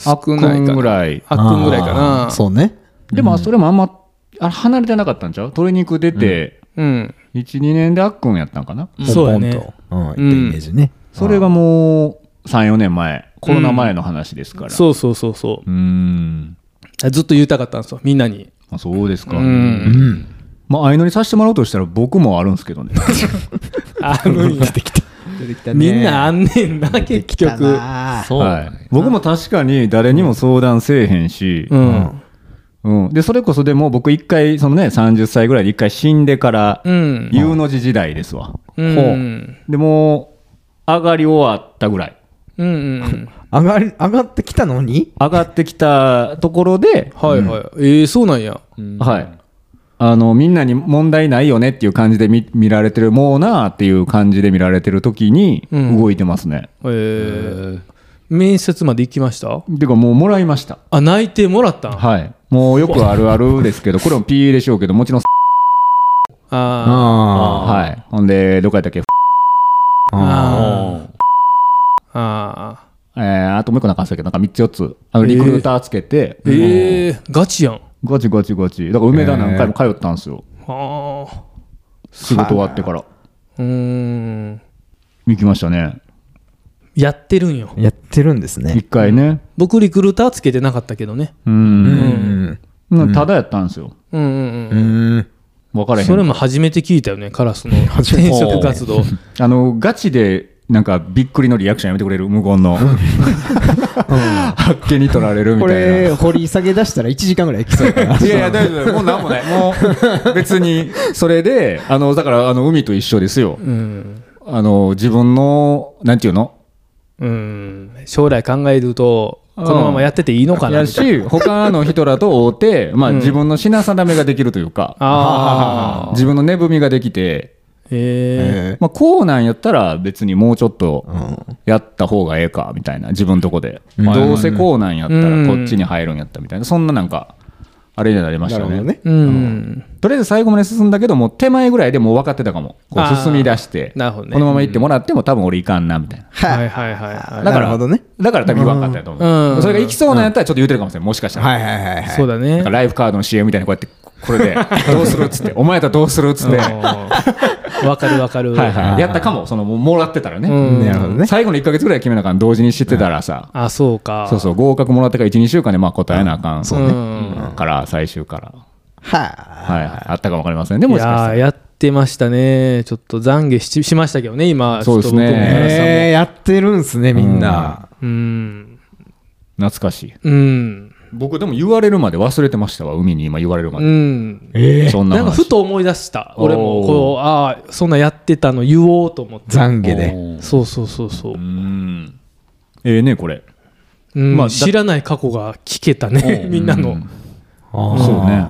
Speaker 1: あっくんぐらい
Speaker 3: あっくんぐらいか
Speaker 4: あー
Speaker 3: な
Speaker 4: そうね。
Speaker 1: でもそれもあんまあ離れてなかったんちゃう鶏肉出て
Speaker 3: うん
Speaker 1: 12年であっくんやったんかな
Speaker 3: そうやね
Speaker 4: ポンポンと。うん。いったイメージね。
Speaker 1: それがもう34年前コロナ前の話ですから
Speaker 3: そうそうそうそう
Speaker 1: うん
Speaker 3: うずっと言いたかったんですよみんなに
Speaker 1: あそうですか
Speaker 3: うん
Speaker 4: うん。
Speaker 1: まあ相乗りさせてもらおうとしたら僕もあるんですけどね
Speaker 3: あるんや
Speaker 4: 出てきた
Speaker 3: みんなあんねんな結局
Speaker 2: そうなん
Speaker 1: は
Speaker 2: や
Speaker 1: い僕も確かに誰にも相談せえへんし
Speaker 3: うん
Speaker 1: うん、でそれこそでも僕一回そのね30歳ぐらいで一回死んでから
Speaker 3: うん
Speaker 1: 有の字時代ですわ、
Speaker 3: うんう
Speaker 1: ほうんでもう上がり終わったぐらい
Speaker 3: うん
Speaker 4: 上がり、上がってきたのに
Speaker 1: 上がってきたところで、
Speaker 3: はいはいえー そうなんや
Speaker 1: はいあのみんなに問題ないよねっていう感じで見見られてるもうなあっていう感じで見られてる時に
Speaker 3: うん
Speaker 1: 動いてますね、
Speaker 3: えー面接まで行きました
Speaker 1: てかもうもらいました
Speaker 3: あ内定もらったん
Speaker 1: はいもうよくあるあるです けどこれも PA でしょうけどもちろん
Speaker 3: あ
Speaker 4: あ
Speaker 1: はいほんでどこやったっけ、
Speaker 4: あ。あ
Speaker 3: あああ
Speaker 1: えーあともう一個なんかあったっけなんか3つ4つあのリクルーターつけて、
Speaker 3: ーええガチやんあ
Speaker 1: ガチガチガチ。だから梅田何回も通ったんですよ。
Speaker 3: あ
Speaker 1: 仕事終わってから。
Speaker 3: うーん
Speaker 1: 行きましたね。
Speaker 3: やってるんよ
Speaker 4: あ。やってるんですね
Speaker 1: 一。回ね。
Speaker 3: 僕リクルーターつけてなかったけどね
Speaker 1: う。
Speaker 4: うんん。
Speaker 1: うんただやったんですよ。
Speaker 3: うんうんうん
Speaker 4: うん。
Speaker 1: 分からへん。
Speaker 3: それも初めて聞いたよねカラスの
Speaker 4: 初め
Speaker 3: 転
Speaker 4: て
Speaker 3: 職活動
Speaker 1: あの、ガチで、なんかびっくりのリアクションやめてくれる無言の。あっけに取られるみ
Speaker 4: こ
Speaker 1: たい
Speaker 4: れ、
Speaker 1: な。。
Speaker 4: 掘り下げ出したら1時間ぐらいいきそうだな
Speaker 1: いやいや、大丈夫だよもうなんもない。もう、別に、それで、あの、だから、あの、海と一緒ですよ。
Speaker 3: うん
Speaker 1: あの、自分の、なんていうの
Speaker 3: うん将来考えると
Speaker 1: うん
Speaker 3: このままやってていいのかな
Speaker 1: や
Speaker 3: みたいな
Speaker 1: し、他の人らと会うて、まあ、
Speaker 3: うん
Speaker 1: 自分の品定めができるというか。
Speaker 3: ああ
Speaker 1: 自分の値踏みができて、
Speaker 3: え
Speaker 4: え
Speaker 1: まあ、こうなんやったら別にもうちょっと
Speaker 4: えうん
Speaker 1: やった方がええかみたいな自分とこで、
Speaker 4: うん
Speaker 1: どうせこうなんやった
Speaker 3: う
Speaker 1: ら
Speaker 3: ん
Speaker 1: こっちに入るんやったみたいなそんななんかあれになりまし
Speaker 4: なる
Speaker 1: た
Speaker 4: ほ
Speaker 1: ね
Speaker 4: どね。
Speaker 3: ー、うん。
Speaker 1: とりあえず最後まで進んだけどもう手前ぐらいでもう分かってたかもこ
Speaker 3: あ
Speaker 1: う
Speaker 3: ー
Speaker 1: 進み出して
Speaker 3: なるほどね
Speaker 1: このまま行ってもらっても多分俺いかんなみたいな
Speaker 3: はいはいはい
Speaker 4: あ
Speaker 3: は
Speaker 1: だから
Speaker 4: なるほどね
Speaker 1: だから多分分かったやと思う、
Speaker 3: うん
Speaker 1: それが行きそうなんやったらちょっと言うてるかもしれないもしかしたら、
Speaker 4: はいはいはい
Speaker 3: い。
Speaker 4: はい。
Speaker 3: そうだ
Speaker 1: な
Speaker 3: ね
Speaker 1: んか。ライフカードの CM みたいにこうやってこれでどうするっつってお前やったらどうするっつって、はい
Speaker 3: うんわかるわかる。
Speaker 1: はい、やったかもそのもうもらってたらね、
Speaker 3: うん
Speaker 4: なるほどね。
Speaker 1: 最後の1か月ぐらい決めなあかん同時に知ってたらさ、
Speaker 3: あ、そうか。
Speaker 1: そうそう合格もらってから12週間でまあ答えなあかん、う
Speaker 3: う
Speaker 1: ん
Speaker 3: ん。
Speaker 1: から最終から、
Speaker 4: は
Speaker 1: はい、あったか分かりませんね
Speaker 3: い
Speaker 1: もしかした
Speaker 3: やー
Speaker 1: ら
Speaker 3: やってましたね。ちょっと懺悔ししましたけどね、今。
Speaker 1: そうですね
Speaker 3: ちょっと僕も
Speaker 4: い。
Speaker 3: 原さんも
Speaker 4: ええやってるんすねみんな。
Speaker 3: うん。
Speaker 1: 懐かしい
Speaker 3: うん。
Speaker 1: 僕でも言われるまで忘れてましたわ海に今言われるま
Speaker 3: う
Speaker 1: で、
Speaker 3: ん。
Speaker 4: ええ
Speaker 1: そんな
Speaker 3: なんか
Speaker 1: 話
Speaker 3: ふと思い出した。俺も、
Speaker 1: おー
Speaker 3: こう、ああ、そんなやってたの言おうと思って。
Speaker 4: 懺悔で。
Speaker 2: おー
Speaker 3: そうそうそうそう
Speaker 1: う。んええねこれ
Speaker 3: うん
Speaker 1: まあだ
Speaker 3: 知らない過去が聞けたね、 みんなの。
Speaker 4: あー
Speaker 1: そうね。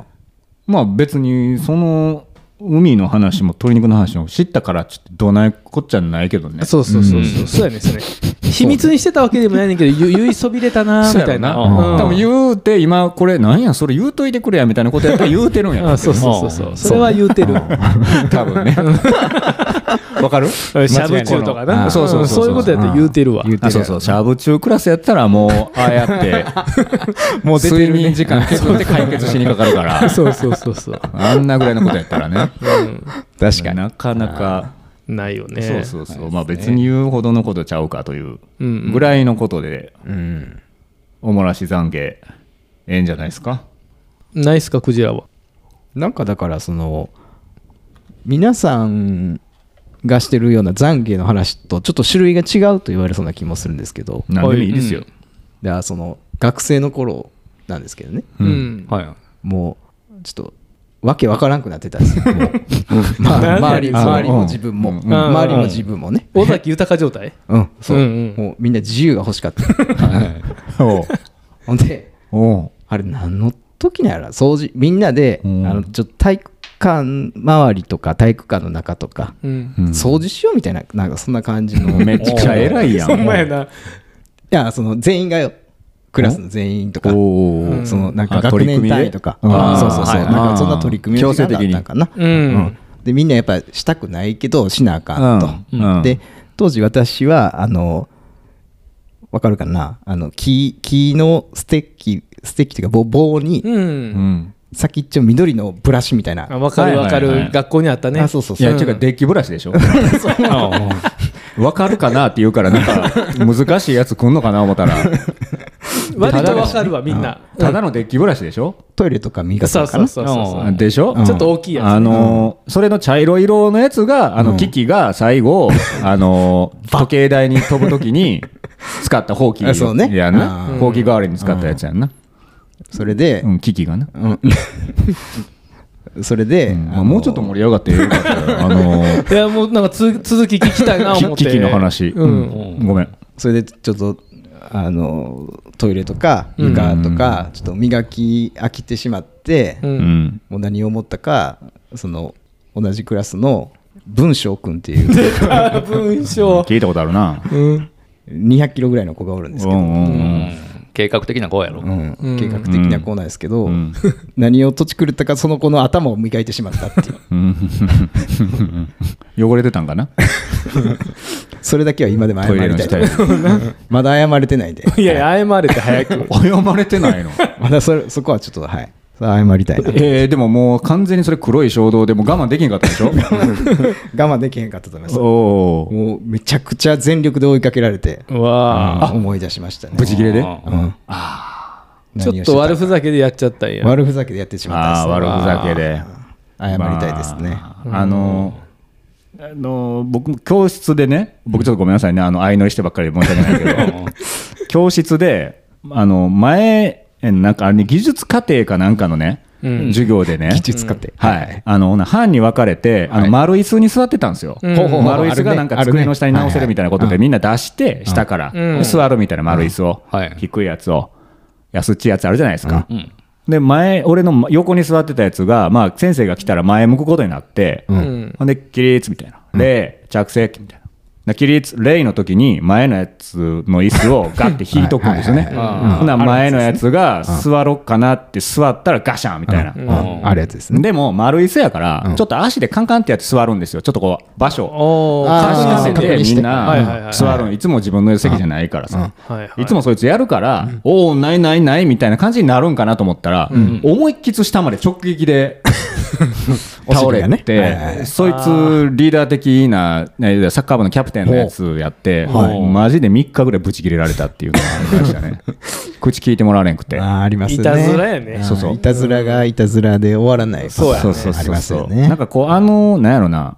Speaker 1: まあ別にその海の話も鶏肉の話も知ったからちょっとどないこっちゃないけどね
Speaker 3: そうそうそうそう、そうやねんそうやねん 秘密にしてたわけでもないねんけど、ゆ 言いそびれたな
Speaker 1: そう
Speaker 3: み
Speaker 1: や
Speaker 3: たい
Speaker 1: ろ
Speaker 3: な。
Speaker 1: な
Speaker 3: うん
Speaker 1: 多分言うて今これなんやそれ言うといてくれやみたいなことやった ら言うてるんやろ
Speaker 3: あそうそうそうそう。それは言うてる。
Speaker 1: 多分 ねわかる
Speaker 3: しゃぶ中と
Speaker 1: 間
Speaker 3: か
Speaker 1: 違いな
Speaker 3: な。
Speaker 1: いそうそうそう
Speaker 3: そういうことやって言うてるわ。
Speaker 4: 言うて
Speaker 1: あそうそうシャーブ中クラスやったらもうああや って
Speaker 4: もう出て
Speaker 1: 睡
Speaker 4: るね
Speaker 1: 眠時間削って解決しにかかるから
Speaker 3: そうそうそうそう。
Speaker 1: あんなぐらいのことやったらね
Speaker 4: 確かに。
Speaker 1: なかなか
Speaker 3: ないよね。
Speaker 1: そうそうそう、まあ別に言うほどのことちゃうかという
Speaker 3: うんうん
Speaker 1: ぐらいのことで、
Speaker 4: うん。
Speaker 1: おもらし懺悔、ええんじゃないですか。
Speaker 3: ないっすか、クジラは。
Speaker 4: なんかだからその皆さんがしてるような懺悔の話とちょっと種類が違うと言われそうな気もするんですけど
Speaker 1: 何でもいいですよ。
Speaker 4: だからその学生の頃なんですけどね
Speaker 3: う
Speaker 1: うん
Speaker 3: ん。
Speaker 2: はい。
Speaker 4: もうちょっとわけわからんくなってたんですよ もうまあ周り
Speaker 1: あ
Speaker 4: 周り
Speaker 1: うん
Speaker 4: も自分も、
Speaker 1: うん
Speaker 4: 周りも自分もね
Speaker 3: 尾崎豊状態
Speaker 4: うんそう、
Speaker 3: うんうん
Speaker 4: もうみんな自由が欲しかっ た
Speaker 1: おう
Speaker 4: ほんで
Speaker 1: おう
Speaker 4: あれ何の時なんやら掃除みんなで、
Speaker 1: うん
Speaker 4: あのちょっと体育館周りとか体育館の中とか
Speaker 3: うん。
Speaker 1: うん
Speaker 4: 掃除しようみたいななんかそんな感じ の
Speaker 1: めっちゃ偉いやん。
Speaker 3: ほんまやな。
Speaker 4: いや、その全員がよ、クラスの全員とか、
Speaker 1: おう
Speaker 3: うん
Speaker 4: そのなん
Speaker 1: あ
Speaker 4: か学年単位とか、
Speaker 1: 取り組みで
Speaker 4: あーそうそうそう、
Speaker 1: あーはい
Speaker 4: なんかそんな取り組み
Speaker 1: 強制的に
Speaker 4: だったんかな。
Speaker 3: う
Speaker 4: うんん。で、みんなやっぱしたくないけど、しなあかんと。
Speaker 1: うんうん
Speaker 4: で、当時私は、あの、わかるかなあの木木のステッキステッキというか棒棒に
Speaker 3: う。
Speaker 1: うんん。
Speaker 4: 先っちょ緑のブラシみたいな、
Speaker 3: あわかるわか
Speaker 1: はいはいは
Speaker 3: る。
Speaker 1: い
Speaker 3: 学校にあったね。
Speaker 4: あそうそう
Speaker 1: い
Speaker 4: そう
Speaker 1: や、ていうか、デッキブラシでしょ。わかるかなって言うから、なんか、難しいやつ来んのかな思ったら、
Speaker 3: 割とわかるわ、みんな。
Speaker 1: ただのデッキブラシでしょ
Speaker 4: トイレとか磨く
Speaker 3: そ
Speaker 4: の
Speaker 3: う
Speaker 4: か
Speaker 3: そう
Speaker 4: な
Speaker 3: そうそう。
Speaker 1: でしょ
Speaker 3: ちょっと大きいやつね
Speaker 1: あのーそれの茶色い色のやつが、あの、機器が最後、あのー時計台に飛ぶときに使ったほうき
Speaker 4: あそうね
Speaker 1: やんな
Speaker 4: う。ん
Speaker 1: ほうき代わりに使ったやつやんな。
Speaker 4: それで
Speaker 1: う、ん、機器がな。
Speaker 4: うんそれで、
Speaker 1: うん
Speaker 4: あの
Speaker 1: もうちょっと盛り上がってよかったよ。あのー
Speaker 3: いや、もうなんかつ続き聞きたいな、思っ
Speaker 1: き
Speaker 3: て。
Speaker 1: 機器の話。
Speaker 3: う
Speaker 1: うん
Speaker 3: ん。
Speaker 1: ごめん。
Speaker 4: それでちょっとあのトイレとか床とか、ちょっと磨き飽きてしまって、
Speaker 3: う。
Speaker 1: うんん。
Speaker 4: もう何を思ったかその同じクラスの文章君っていう
Speaker 3: あ 文章。
Speaker 1: 聞いたことあるな。
Speaker 3: うん。
Speaker 4: 200キロぐらいの子がおるんです
Speaker 1: う
Speaker 4: けど、うん
Speaker 1: んう
Speaker 2: うんん計画的な子やろ。
Speaker 3: うん
Speaker 4: 計画的な子なんですけど、
Speaker 1: うん。
Speaker 4: 何をとち狂ったかその子の頭を磨いてしまったっていう
Speaker 1: うん。汚れてたんかな
Speaker 4: それだけは今でも謝
Speaker 1: トイレ
Speaker 4: り
Speaker 1: の
Speaker 4: たい
Speaker 1: 下より。
Speaker 4: まだ謝れてないんで
Speaker 3: いやいや、謝れて早く。
Speaker 1: 謝まれてないの
Speaker 4: まだそれそこはちょっとはい謝りたいな
Speaker 1: えー、でももう完全にそれ黒い衝動でもう我慢できなかったでしょ
Speaker 4: 我慢できへんかったと思います
Speaker 1: おお
Speaker 4: もうめちゃくちゃ全力で追いかけられて
Speaker 3: うわ
Speaker 4: あ思い出しましたね
Speaker 1: ブチ切れで
Speaker 2: あ
Speaker 4: うん
Speaker 3: あちょっと悪ふざけでやっちゃったんや。
Speaker 4: 悪ふざけでやってしま
Speaker 1: ああ
Speaker 4: った
Speaker 1: 悪
Speaker 4: ですね
Speaker 1: ふざけで
Speaker 4: 謝りたいですね。
Speaker 1: まああのあの僕も教室でね僕ちょっとごめんなさいねあの相乗りしてばっかりで申し訳ないけど 教室であの前なんかあれね技術課程かなんかのね、
Speaker 3: うん
Speaker 1: 授業でね
Speaker 4: 技術家って。
Speaker 1: はい、あのほな班に分かれて、あ
Speaker 4: は
Speaker 1: の
Speaker 4: い
Speaker 1: 丸椅子に座ってたんですよ、
Speaker 3: うんほうほうほう
Speaker 1: 丸椅子がなん
Speaker 4: あ
Speaker 1: か
Speaker 4: るね
Speaker 1: 机の下に直せるみたいなこと
Speaker 4: はいは
Speaker 1: で、
Speaker 4: い
Speaker 1: みんな出して、下から
Speaker 3: うん
Speaker 1: 座るみたいな丸椅子を
Speaker 2: うんはい、
Speaker 1: 低いやつを、安っちいやつあるじゃないですか
Speaker 2: う、ん
Speaker 1: で前俺の横に座ってたやつが、まあ、先生が来たら前向くことになって、
Speaker 3: ん
Speaker 1: ほんで起立みたいなで着席みたいな。で起立レイの時に前のやつの椅子をガッて引いとくんですよね。
Speaker 4: はい
Speaker 1: ほんなら前のやつが座ろっかなって座ったらガシャンみたいな。
Speaker 4: うんあるやつですね。
Speaker 1: でも丸椅子やから、
Speaker 4: うん
Speaker 1: ちょっと足でカンカンってやって座るんですよちょっとこう場所を
Speaker 3: おー
Speaker 4: あ
Speaker 1: 確認し
Speaker 3: 確認
Speaker 4: ー
Speaker 1: て
Speaker 3: せん
Speaker 4: 確認して
Speaker 1: みん
Speaker 3: はいはいは
Speaker 1: ない座るのいつも自分の席じゃないからさ、
Speaker 3: はいはい
Speaker 1: いつもそいつやるから、おおないないないみたいな感じになるんかなと思ったら、思いっきつ下まで直撃 で倒れ
Speaker 4: お尻
Speaker 1: て、
Speaker 4: がねはいはいはい
Speaker 1: そいつリーダー的なねサッカー部のキャプテンのやつやって、
Speaker 4: はい
Speaker 1: マジで3日ぐらいブチ切れられたっていうのがありましたね口聞いてもらわれんくて。
Speaker 4: あーありますね。
Speaker 3: いたずらやね
Speaker 4: あー
Speaker 1: そうそう
Speaker 4: いたずらがいたずらで終わらない。
Speaker 3: そうやね
Speaker 1: そうそうそう
Speaker 4: ありますよ
Speaker 1: なん
Speaker 4: ね。
Speaker 1: かこうあのなんやろな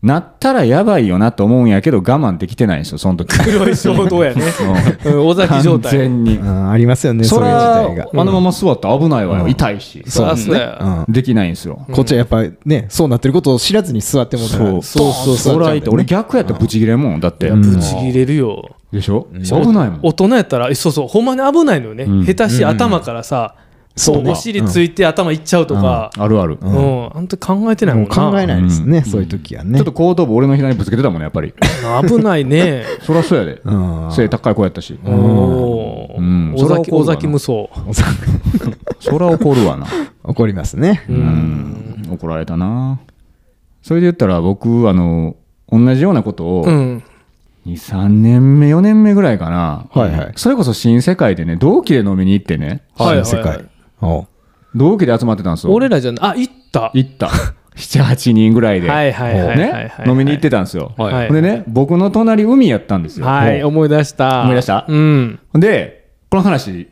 Speaker 1: なったらやばいよなと思うんやけど我慢できてないんですよその時
Speaker 3: 黒い衝動やねうん尾崎状
Speaker 1: 完
Speaker 3: 態
Speaker 1: 全に
Speaker 4: うんありますよね。
Speaker 1: そ
Speaker 4: そう
Speaker 1: れ
Speaker 4: いう時代
Speaker 1: は
Speaker 4: が。
Speaker 1: あのまま座ったら危ないわよ、痛いし
Speaker 3: そうですね
Speaker 4: うん
Speaker 1: できないんですよ、
Speaker 4: こっちはやっぱね、そうなってることを知らずに座ってもら
Speaker 1: そう
Speaker 4: そうそ
Speaker 1: そ
Speaker 4: うそう。
Speaker 1: らいて俺逆やったらブチギレもんだって、
Speaker 4: ん
Speaker 3: ぶち切れるよ
Speaker 1: でしょ、危ないもん
Speaker 3: 大人やったらえそうそうほんまに危ないのよね、
Speaker 1: うん
Speaker 3: 下手し頭からさ、
Speaker 4: そうね
Speaker 3: お尻ついて頭いっちゃうとか、
Speaker 1: あるある、
Speaker 3: うんあんた考えてないもん
Speaker 4: もう
Speaker 3: な
Speaker 4: 考えないですね、そういう時はね。
Speaker 1: ちょっと後頭部俺の左にぶつけてたもんねやっぱり
Speaker 3: 危ないね
Speaker 1: そりゃそうやで、
Speaker 4: うん
Speaker 1: 背高い子やったし、
Speaker 3: おおー、
Speaker 1: うん
Speaker 3: 尾
Speaker 1: それは怒
Speaker 3: 崎
Speaker 1: るわ
Speaker 3: 尾崎無双
Speaker 1: そりゃ怒るわな
Speaker 4: 怒りますね。
Speaker 1: うん怒られたなそれで言ったら僕あの同じようなことを、
Speaker 3: うん
Speaker 1: 23年目4年目ぐらいかな、
Speaker 4: はいはい
Speaker 1: それこそ新世界でね同期で飲みに行ってね
Speaker 3: はいはいはい
Speaker 4: 新世界。おう
Speaker 1: 同期で集まってたんですよ
Speaker 3: 俺らじゃなあ行った
Speaker 1: 行った 78人ぐらいで、
Speaker 3: はいはいはいはいはい
Speaker 1: ね
Speaker 3: はい
Speaker 1: 飲みに行ってたんですよ、
Speaker 2: はい
Speaker 3: はい
Speaker 1: ほんでね僕の隣海やったんですよ、
Speaker 3: はい
Speaker 1: ほ
Speaker 3: 思い出した
Speaker 1: 思い出した
Speaker 3: うん
Speaker 1: うでこの話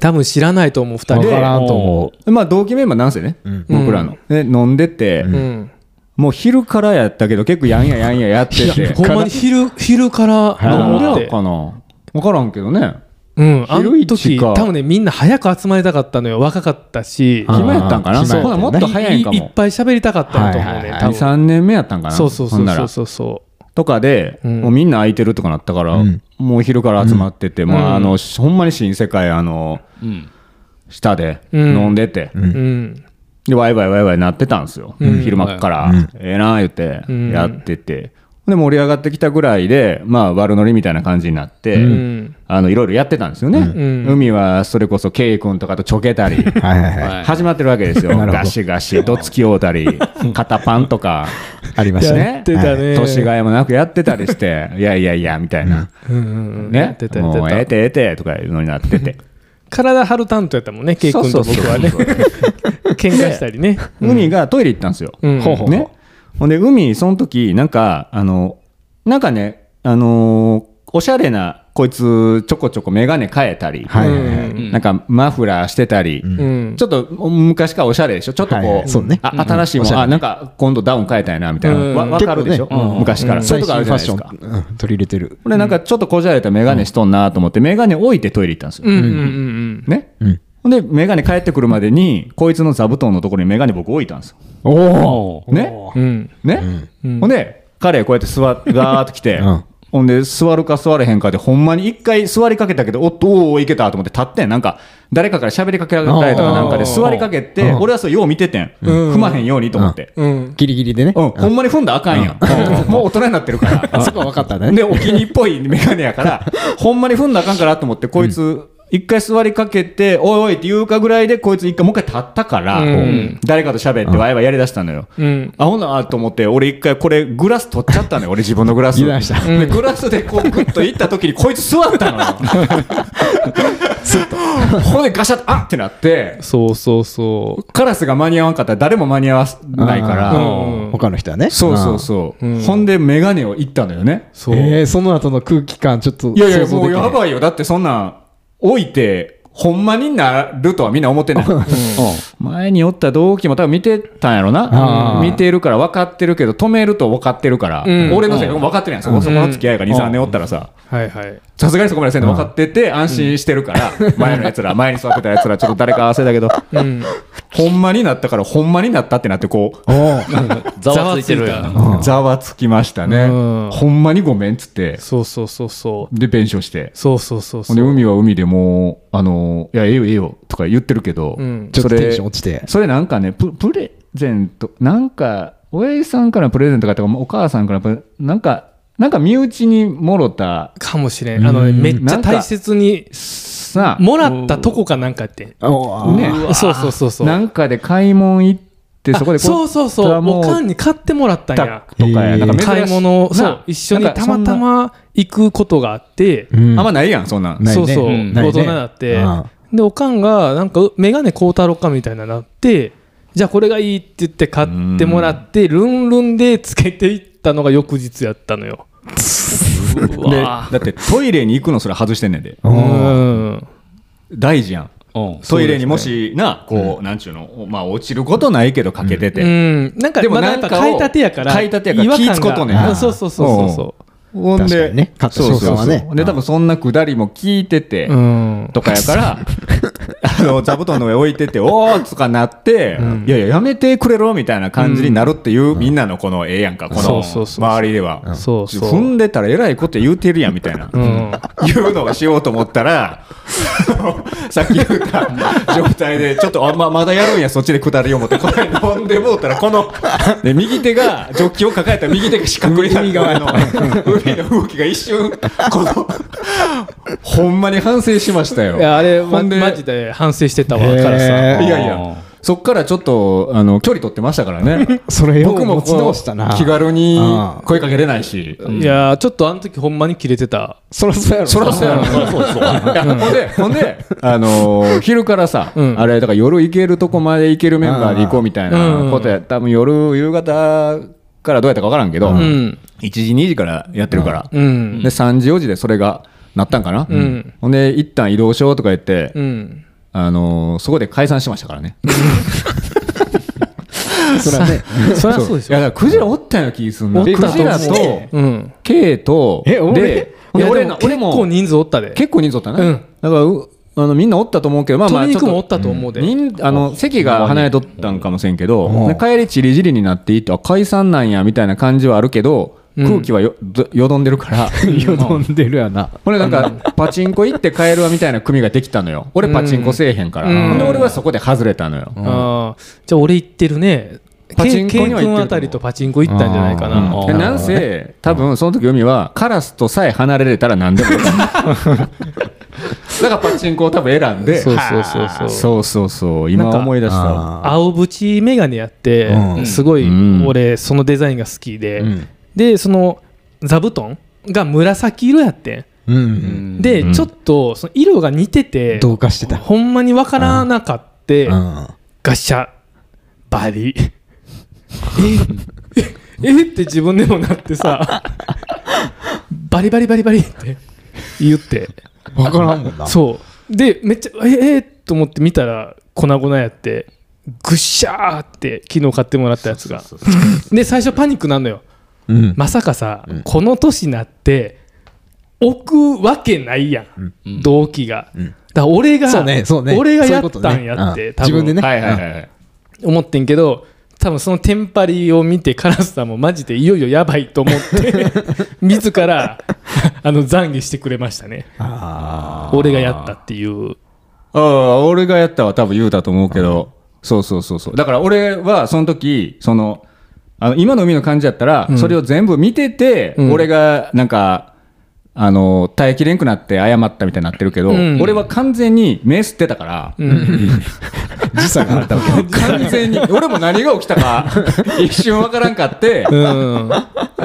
Speaker 3: 多分知らないと思う二
Speaker 4: わ
Speaker 3: 人
Speaker 4: からんと思
Speaker 1: まあ同期メンバーなんせね、僕らの、で飲んでて、
Speaker 3: うん
Speaker 1: もう昼からやったけど結構やんややんややってて
Speaker 3: ほんまに昼昼から
Speaker 1: なんで
Speaker 3: 飲ん
Speaker 1: や
Speaker 3: で
Speaker 1: かな分からんけどね
Speaker 3: うん、あ
Speaker 1: 昼
Speaker 3: の
Speaker 1: 一
Speaker 3: 時
Speaker 1: か
Speaker 3: 多分ねみんな早く集まりたかったのよ若かったし
Speaker 4: あー
Speaker 1: 暇やったんかな
Speaker 4: 暇やったね
Speaker 1: ほなもっと早いんか
Speaker 3: いいっ
Speaker 1: も
Speaker 3: ぱい喋りたかったと思う
Speaker 4: はいはい
Speaker 3: ね
Speaker 4: はい
Speaker 3: 多分
Speaker 1: 23年目やったんかな
Speaker 3: そうそう
Speaker 1: ほん
Speaker 3: そう
Speaker 1: な
Speaker 3: そ
Speaker 1: ら
Speaker 3: うそうそ
Speaker 1: とかで、
Speaker 3: うん
Speaker 1: もうみんな空いてるとかなったから、
Speaker 4: うん
Speaker 1: もう昼から集まってて、まあ、あのほんまに新世界あの
Speaker 2: うん
Speaker 1: 下で
Speaker 3: うん
Speaker 1: 飲んでて、
Speaker 3: ううん
Speaker 1: でワイワイワイワイなってたんですよ、昼間っから、ええな言って
Speaker 3: うん
Speaker 1: やってて、で盛り上がってきたぐらいで、まあ、悪ノリみたいな感じになって、
Speaker 3: うん
Speaker 1: あのいろいろやってたんですよね、
Speaker 3: ん
Speaker 1: 海はそれこそケイ君とかとちょけたり。
Speaker 4: う。はいはいはい。
Speaker 2: い
Speaker 1: 始まってるわけですよ。
Speaker 4: るほど
Speaker 1: ガシガシ、どつき合うたり、肩パンとか、
Speaker 4: ありました
Speaker 1: ね
Speaker 4: ね。
Speaker 3: 出たね
Speaker 1: 年がいもなくやってたりして、いやいやいや、みたいな。
Speaker 3: うんうんうんや
Speaker 1: ね
Speaker 3: ってた、や
Speaker 1: もう
Speaker 3: っ
Speaker 1: え
Speaker 3: てた
Speaker 1: えてええてとかいうのになってて。
Speaker 3: 体張る担当やったもんね、ケイ君と僕はね。
Speaker 1: そうそうそうそう
Speaker 3: 喧嘩したりね。
Speaker 1: 海がトイレ行ったんですよ。
Speaker 3: うんほうほうほう
Speaker 1: ね。ほんで、海、その時、なんか、あの、なんかね、あのーおしゃれな、こいつ、ちょこちょこメガネ変えたり、
Speaker 4: はいは
Speaker 3: う
Speaker 4: いはい。
Speaker 3: ん
Speaker 1: なんかマフラーしてたり、
Speaker 3: うん
Speaker 1: ちょっと昔からおしゃれでしょ、ちょっと
Speaker 4: はい
Speaker 1: こ
Speaker 4: は
Speaker 1: う、
Speaker 4: いそうね
Speaker 1: あ新しいも
Speaker 4: おしゃ
Speaker 1: ん、
Speaker 4: れ
Speaker 1: あなんか今度ダウン変えたいなみたいな、
Speaker 3: うん
Speaker 1: わ分かるでしょ、
Speaker 4: 結構ねうん
Speaker 1: 昔から、そういうとこあるじゃないです
Speaker 4: 最新
Speaker 1: か
Speaker 4: フ。ァッション、うん取り入れてる。
Speaker 1: これなんかちょっとこじゃれたメガネしとんなと思って、メガネ置いてトイレ行ったんですよ。
Speaker 3: うんうんうん
Speaker 1: ね
Speaker 4: うん。
Speaker 1: ほんで、メガネ帰ってくるまでに、こいつの座布団のところにメガネ僕置いたんですよ。
Speaker 4: おお。
Speaker 2: おー
Speaker 1: ね。
Speaker 3: うん。うん。
Speaker 1: ね。
Speaker 3: うん
Speaker 1: ほんで、彼こうやって座って、ガーッと来て、
Speaker 4: うん
Speaker 1: ほんで、座るか座れへんかで、ほんまに一回座りかけたけど、おっと、おーおー、いけたと思って立ってん。なんか、誰かから喋りかけられたりとかなんかで、
Speaker 3: あー
Speaker 1: 座りかけて、俺はそう、よう見ててん。
Speaker 3: うん
Speaker 1: 踏まへんようにと思って。
Speaker 3: うん。
Speaker 4: ギリギリでね。
Speaker 1: うん、ほんまに踏んだらあかんやん。 もう大人になってるから。
Speaker 4: あそこは分かったね。
Speaker 1: で、お気に入りっぽいメガネやから、ほんまに踏んだらあかんからと思って、こいつ、一回座りかけて、おいおいって言うかぐらいで、こいつ一回もう一回立ったから、
Speaker 3: うん
Speaker 1: 誰かと喋って、わいわいやりだしたのよ。
Speaker 3: うん。
Speaker 1: あ、ほんならと思って、俺一回これグラス取っちゃったのよ、俺自分のグラス。
Speaker 4: 油断した
Speaker 1: で、グラスでこうグッと行った時に、こいつ座ったのよ。ほんでガシャッ、あってなって、
Speaker 3: そうそうそう。
Speaker 1: カラスが間に合わんかったら誰も間に合わないから、
Speaker 3: うん
Speaker 4: 他の人はね。
Speaker 1: そうそうそう。ほんでメガネを行ったのよね。
Speaker 3: そう。
Speaker 4: えーその後の空気感、ちょっと
Speaker 1: いやいや、
Speaker 4: 想像
Speaker 1: も
Speaker 4: で
Speaker 1: う
Speaker 4: きな
Speaker 1: やばいよ。だってそんなん置いて、ほんまになるとはみんな思ってない。前におった同期も多分見てたんやろな。
Speaker 4: あー
Speaker 1: 見てるから分かってるけど、止めると分かってるから、
Speaker 3: ん
Speaker 1: 俺のせいで分かってるやん。そこそこの付き合いが2、3年おったらさ、
Speaker 3: はいはい。
Speaker 1: さすがにそこまでせんで分かってて、安心してるから、前のやつら、前に座ってたやつら、ちょっと誰か合わせだけど、
Speaker 3: うん。
Speaker 1: ほんまになったから、ほんまになったってなって、こう、
Speaker 2: ざわついてるやん。
Speaker 1: ざわつきましたね。
Speaker 3: うん
Speaker 1: ほんまにごめんっつって、
Speaker 3: そうそうそうそう
Speaker 1: で、弁償して。
Speaker 3: そうそうそうそ
Speaker 1: ほ
Speaker 3: うん
Speaker 1: で、海は海でもう、あの、いや、ええよ、ええよ、とか言ってるけど、
Speaker 3: うん
Speaker 4: ちょっと
Speaker 1: それ
Speaker 4: テンション落ちて。
Speaker 1: それなんかね、ププレゼント、なんか、親父さんからのプレゼントかとか、お母さんからのプレ、なんか、なんか身内にもろた、
Speaker 3: かもしれんあのねめっちゃ大切に
Speaker 1: さ、
Speaker 3: もらったとこかなんかやって
Speaker 1: ね
Speaker 3: そうそうそうそう
Speaker 1: なんかで買い物行って、そこで
Speaker 3: あそうそうそう
Speaker 1: も
Speaker 3: おかんに買ってもらったん
Speaker 1: と
Speaker 3: や
Speaker 1: かや、なんか珍しい
Speaker 3: 買い物をそ
Speaker 1: な
Speaker 3: う一緒に
Speaker 1: なんか
Speaker 3: た
Speaker 1: そん
Speaker 3: ま
Speaker 1: な
Speaker 3: たま行くことがあって
Speaker 4: うん
Speaker 1: あんまないやん、そんなん。
Speaker 4: ない
Speaker 3: そ
Speaker 4: ね
Speaker 3: うそう
Speaker 4: うん
Speaker 3: 大人になってでおかんがなんか眼鏡こうたろかみたいなのなってじゃあこれがいいって言って買ってもらってルンルンでつけていったのが翌日やったのよ
Speaker 2: う
Speaker 1: で
Speaker 2: わ
Speaker 1: だってトイレに行くのそれ外してんねんで。
Speaker 3: う
Speaker 4: うん
Speaker 3: ん
Speaker 1: 大事やん。
Speaker 2: うん
Speaker 1: トイレにもし、な、こう、なんちゅうの、まあ落ちることないけどかけて
Speaker 3: う
Speaker 1: て。
Speaker 3: んなんか
Speaker 1: でも
Speaker 3: まだや
Speaker 1: な
Speaker 3: っ
Speaker 1: ん
Speaker 3: ぱ
Speaker 1: かを
Speaker 3: 買いたてやから
Speaker 1: 買いたてやから
Speaker 3: 違和感が
Speaker 1: 気ぃ使うとんね
Speaker 4: ん
Speaker 3: うんそうそうそうそうそ
Speaker 1: ほん
Speaker 4: 確か
Speaker 1: で、
Speaker 4: にね買った
Speaker 1: そうそう
Speaker 4: そうそう
Speaker 1: そ
Speaker 4: ね
Speaker 1: う。で、多分そんなくだりも聞いてて
Speaker 3: うう、ん
Speaker 1: とかや から、あの、座布団の上置いてて、おーっとかなって、いやいや、やめてくれろみたいな感じになるっていう、みんなのこのええやんか、こ
Speaker 3: そ
Speaker 1: の
Speaker 3: うそうそう
Speaker 1: 周りでは。
Speaker 3: そうそう
Speaker 1: 踏んでたらえらいこと言うてるやんみたいな。
Speaker 3: うん
Speaker 1: いうのをしようと思ったら、 さっき言った状態で、ちょっと、あ、ま、まだやるんや、そっちで下りを持って、これ飲んでもうたら、この、ね、右手が、ジョッキを抱えた右手が四角い海側の、海の動きが一瞬、この、ほんまに反省しましたよ。
Speaker 3: いやあれ
Speaker 1: ほ
Speaker 3: ま
Speaker 1: んで
Speaker 3: マジで反省してたわ
Speaker 4: へー
Speaker 3: からさ
Speaker 1: いやいや、そっからちょっと、あの、距離取ってましたから ね。
Speaker 4: それよ
Speaker 1: 僕も
Speaker 4: 持ち
Speaker 1: こ
Speaker 4: 直
Speaker 1: の
Speaker 4: したな
Speaker 1: 気軽に声かけれないし。
Speaker 3: いやちょっとあの時ほんまにキレてた
Speaker 4: そらそうやろ
Speaker 1: そらそうやろ。いやほんで、ほん で、あのー 昼からさ、
Speaker 3: うん
Speaker 1: あれ、だから夜行けるとこまで行けるメンバーで行こうみたい
Speaker 3: うん
Speaker 1: なことや、多分夜、夕方からどうやったか分からんけど、
Speaker 3: うん
Speaker 1: 1時、2時からやってるから、
Speaker 3: う
Speaker 1: で、
Speaker 3: ん
Speaker 1: 3時、4時でそれがなったんかな。
Speaker 3: ん
Speaker 1: ほんで、一旦移動しようとか言って、
Speaker 3: うん
Speaker 1: あのーそこで解散してましたからね。
Speaker 4: そらね
Speaker 3: そりゃそうでし
Speaker 1: いや、
Speaker 3: ょ
Speaker 1: だからクジラおったような気すんの。
Speaker 3: お
Speaker 1: ク
Speaker 3: ったと思う
Speaker 1: ジラと、
Speaker 3: うん
Speaker 1: ケイと、
Speaker 4: え俺
Speaker 1: でほ
Speaker 3: い
Speaker 1: ん
Speaker 3: や
Speaker 1: で俺
Speaker 3: 俺も
Speaker 1: な
Speaker 3: 結
Speaker 1: 俺も
Speaker 3: 構人数おったで
Speaker 1: 結構人数おったね。
Speaker 3: うん
Speaker 1: だからうあのみんなおったと思うけど、まあまあ
Speaker 3: 鶏
Speaker 1: ちょっ
Speaker 3: 肉もお
Speaker 1: と
Speaker 3: っ。たと思うで、
Speaker 1: 人あの席が離れとったんかもしれんけど、
Speaker 4: うん
Speaker 1: で帰りちりじりになっていってあ解散なんやみたいな感じはあるけど、
Speaker 3: うん
Speaker 1: 空気はよどよどんでる から
Speaker 4: よどんでるやな
Speaker 1: これなんかパチンコ行って帰るわみたいな組ができたのよ俺パチンコせえへんから、
Speaker 3: うん
Speaker 1: ほんで俺はそこで外れたのよ、
Speaker 3: ああじゃあ俺行ってるね
Speaker 1: パチンコ
Speaker 3: ケイ
Speaker 1: には行ってると思う
Speaker 3: ケイ君あたりとパチンコ行ったんじゃないか
Speaker 1: う
Speaker 3: なん
Speaker 1: でなんせ多分その時海はカラスとさえ離れれたら何 でもいいだからパチンコを多分選んで
Speaker 3: そうそうそうそう
Speaker 1: そうそうそう今思い出したわ
Speaker 4: あ
Speaker 3: 青縁眼鏡やって、
Speaker 4: うん
Speaker 3: すごい
Speaker 1: うん
Speaker 3: 俺そのデザインが好きで、
Speaker 4: ん
Speaker 3: でその座布団が紫色やって
Speaker 4: う
Speaker 2: うん
Speaker 3: ん
Speaker 2: ん
Speaker 3: で、
Speaker 1: うん
Speaker 3: ちょっとその色が似てて
Speaker 4: 同化してた
Speaker 3: ほんまにわからなかって、
Speaker 4: うん
Speaker 3: ガシャバリええ えって自分でもなってさバリバリバリバリって言って
Speaker 4: わからんもんな
Speaker 3: そうでめっちゃえええと思って見たら粉々やってぐっしゃーって昨日買ってもらったやつがで最初パニックなんのよ
Speaker 4: うん
Speaker 3: まさかさ、この年になって置くわけないやん、動機が、だから俺が
Speaker 4: そうねそうね
Speaker 3: 俺が
Speaker 4: そうい
Speaker 3: や
Speaker 4: う
Speaker 3: っ
Speaker 4: こと
Speaker 3: たん
Speaker 4: ね
Speaker 3: やって、
Speaker 4: うん
Speaker 3: 多分
Speaker 4: 自分でね
Speaker 1: はいはいはいはい
Speaker 3: 思ってんけど多分そのテンパリを見てカラスさんもマジでいよいよやばいと思って 自らあの懺悔してくれましたね俺がやったっていう
Speaker 1: ああ、俺がやったは多分言うたと思うけど、そうそうそうそう。だから俺はその時、その、あの今の海の感じやったら、それを全部見てて、
Speaker 3: うん
Speaker 1: 俺がなんか、あの、耐えきれんくなって謝ったみたいになってるけど、
Speaker 3: うん
Speaker 1: 俺は完全に目吸ってたから、
Speaker 4: 時差があったわけ
Speaker 1: 完全に、俺も何が起きた か、一瞬わからんかって、
Speaker 3: うん、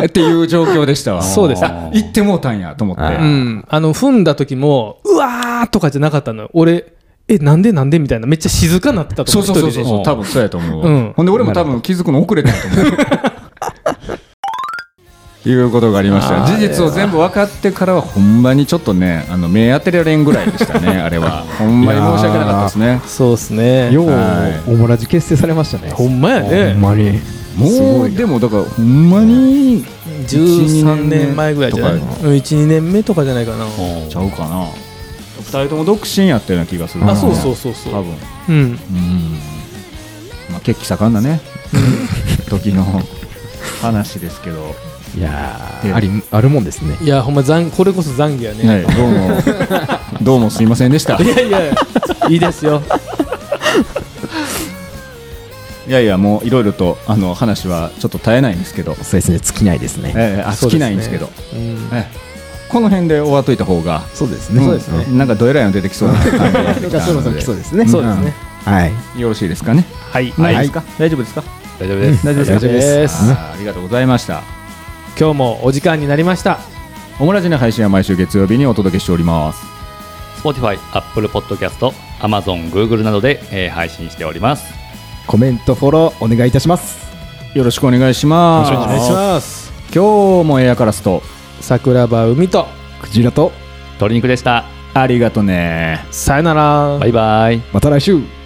Speaker 1: っていう状況でしたわ。
Speaker 3: そうです
Speaker 1: あ行ってもうたんやと思って。
Speaker 3: う
Speaker 4: あ
Speaker 3: ん、あの踏んだ時もうわーとかじゃなかったのよ俺えなんでなんでみたいなめっちゃ静かになってたと
Speaker 1: そう
Speaker 3: 思
Speaker 1: そうそう
Speaker 3: 一
Speaker 1: そう
Speaker 3: 人で
Speaker 1: そう、多分そうやと思うわ、
Speaker 3: うん
Speaker 1: ほんで、俺も多分気づくの遅れたんやと思う。いうことがありましたよ事実を全部分かってからは、ほんまにちょっとね、あの目当てられんぐらいでした ね、あれは。ほんまに申し訳なかったですね。
Speaker 3: そうですね
Speaker 4: よう
Speaker 1: は
Speaker 4: オモラジ結成されましたね
Speaker 3: ほんまや
Speaker 4: ほん
Speaker 3: ね
Speaker 4: まにす
Speaker 1: も
Speaker 4: ご
Speaker 1: う、
Speaker 4: いな
Speaker 1: でもだから、ほんまに
Speaker 3: 13年前ぐらいじゃない
Speaker 1: とか
Speaker 3: 12年目とかじゃないかな
Speaker 1: ちゃうかな。二人とも独身やったような気がする。
Speaker 3: あそうそうそうそう
Speaker 1: 多分。
Speaker 3: うん
Speaker 1: うん血気盛んなね時の話ですけ ど、
Speaker 4: いや
Speaker 1: ええ
Speaker 4: ーありあるもんですね
Speaker 3: いやほんま残これこそ懺悔やね、
Speaker 1: はい、どうもどうもすいませんで した
Speaker 3: い、やいやいいですよ
Speaker 1: いやいやもういろいろとあの話はちょっと絶えないんですけど、
Speaker 4: そうですね尽きないですね
Speaker 1: ええあ
Speaker 3: そ
Speaker 1: 尽
Speaker 3: うですね
Speaker 1: きないんですけど
Speaker 3: うん
Speaker 1: ええこの辺で終わっといた方が
Speaker 4: そうですね、
Speaker 1: ん
Speaker 4: そうですね
Speaker 1: なんかどえらいの出てきそうな 感じ がしてきた
Speaker 4: そろそ
Speaker 1: の
Speaker 4: ろ
Speaker 1: で
Speaker 4: 来そうですね
Speaker 3: そうですね、
Speaker 4: はい
Speaker 1: うんよろしいですかね
Speaker 3: はい、
Speaker 1: な
Speaker 3: はいい、
Speaker 1: ですか大丈夫ですか
Speaker 2: 大丈夫です。
Speaker 1: 大丈夫です
Speaker 3: 大丈夫です
Speaker 1: あーありがとうございました
Speaker 3: 今日もお時間になりました
Speaker 1: オムラジの配信は毎週月曜日にお届けしております
Speaker 2: Spotify、Apple Podcast、Amazon、Google などで、えー配信しております。
Speaker 4: コメントフォローお願いいたします
Speaker 1: よろしくお願いします
Speaker 3: お願いします
Speaker 1: 今日もエアカラスと
Speaker 3: 桜庭海と
Speaker 4: クジラと
Speaker 2: 鶏肉でした。
Speaker 1: ありがとね
Speaker 3: さよなら
Speaker 2: バイバイ。
Speaker 4: また来週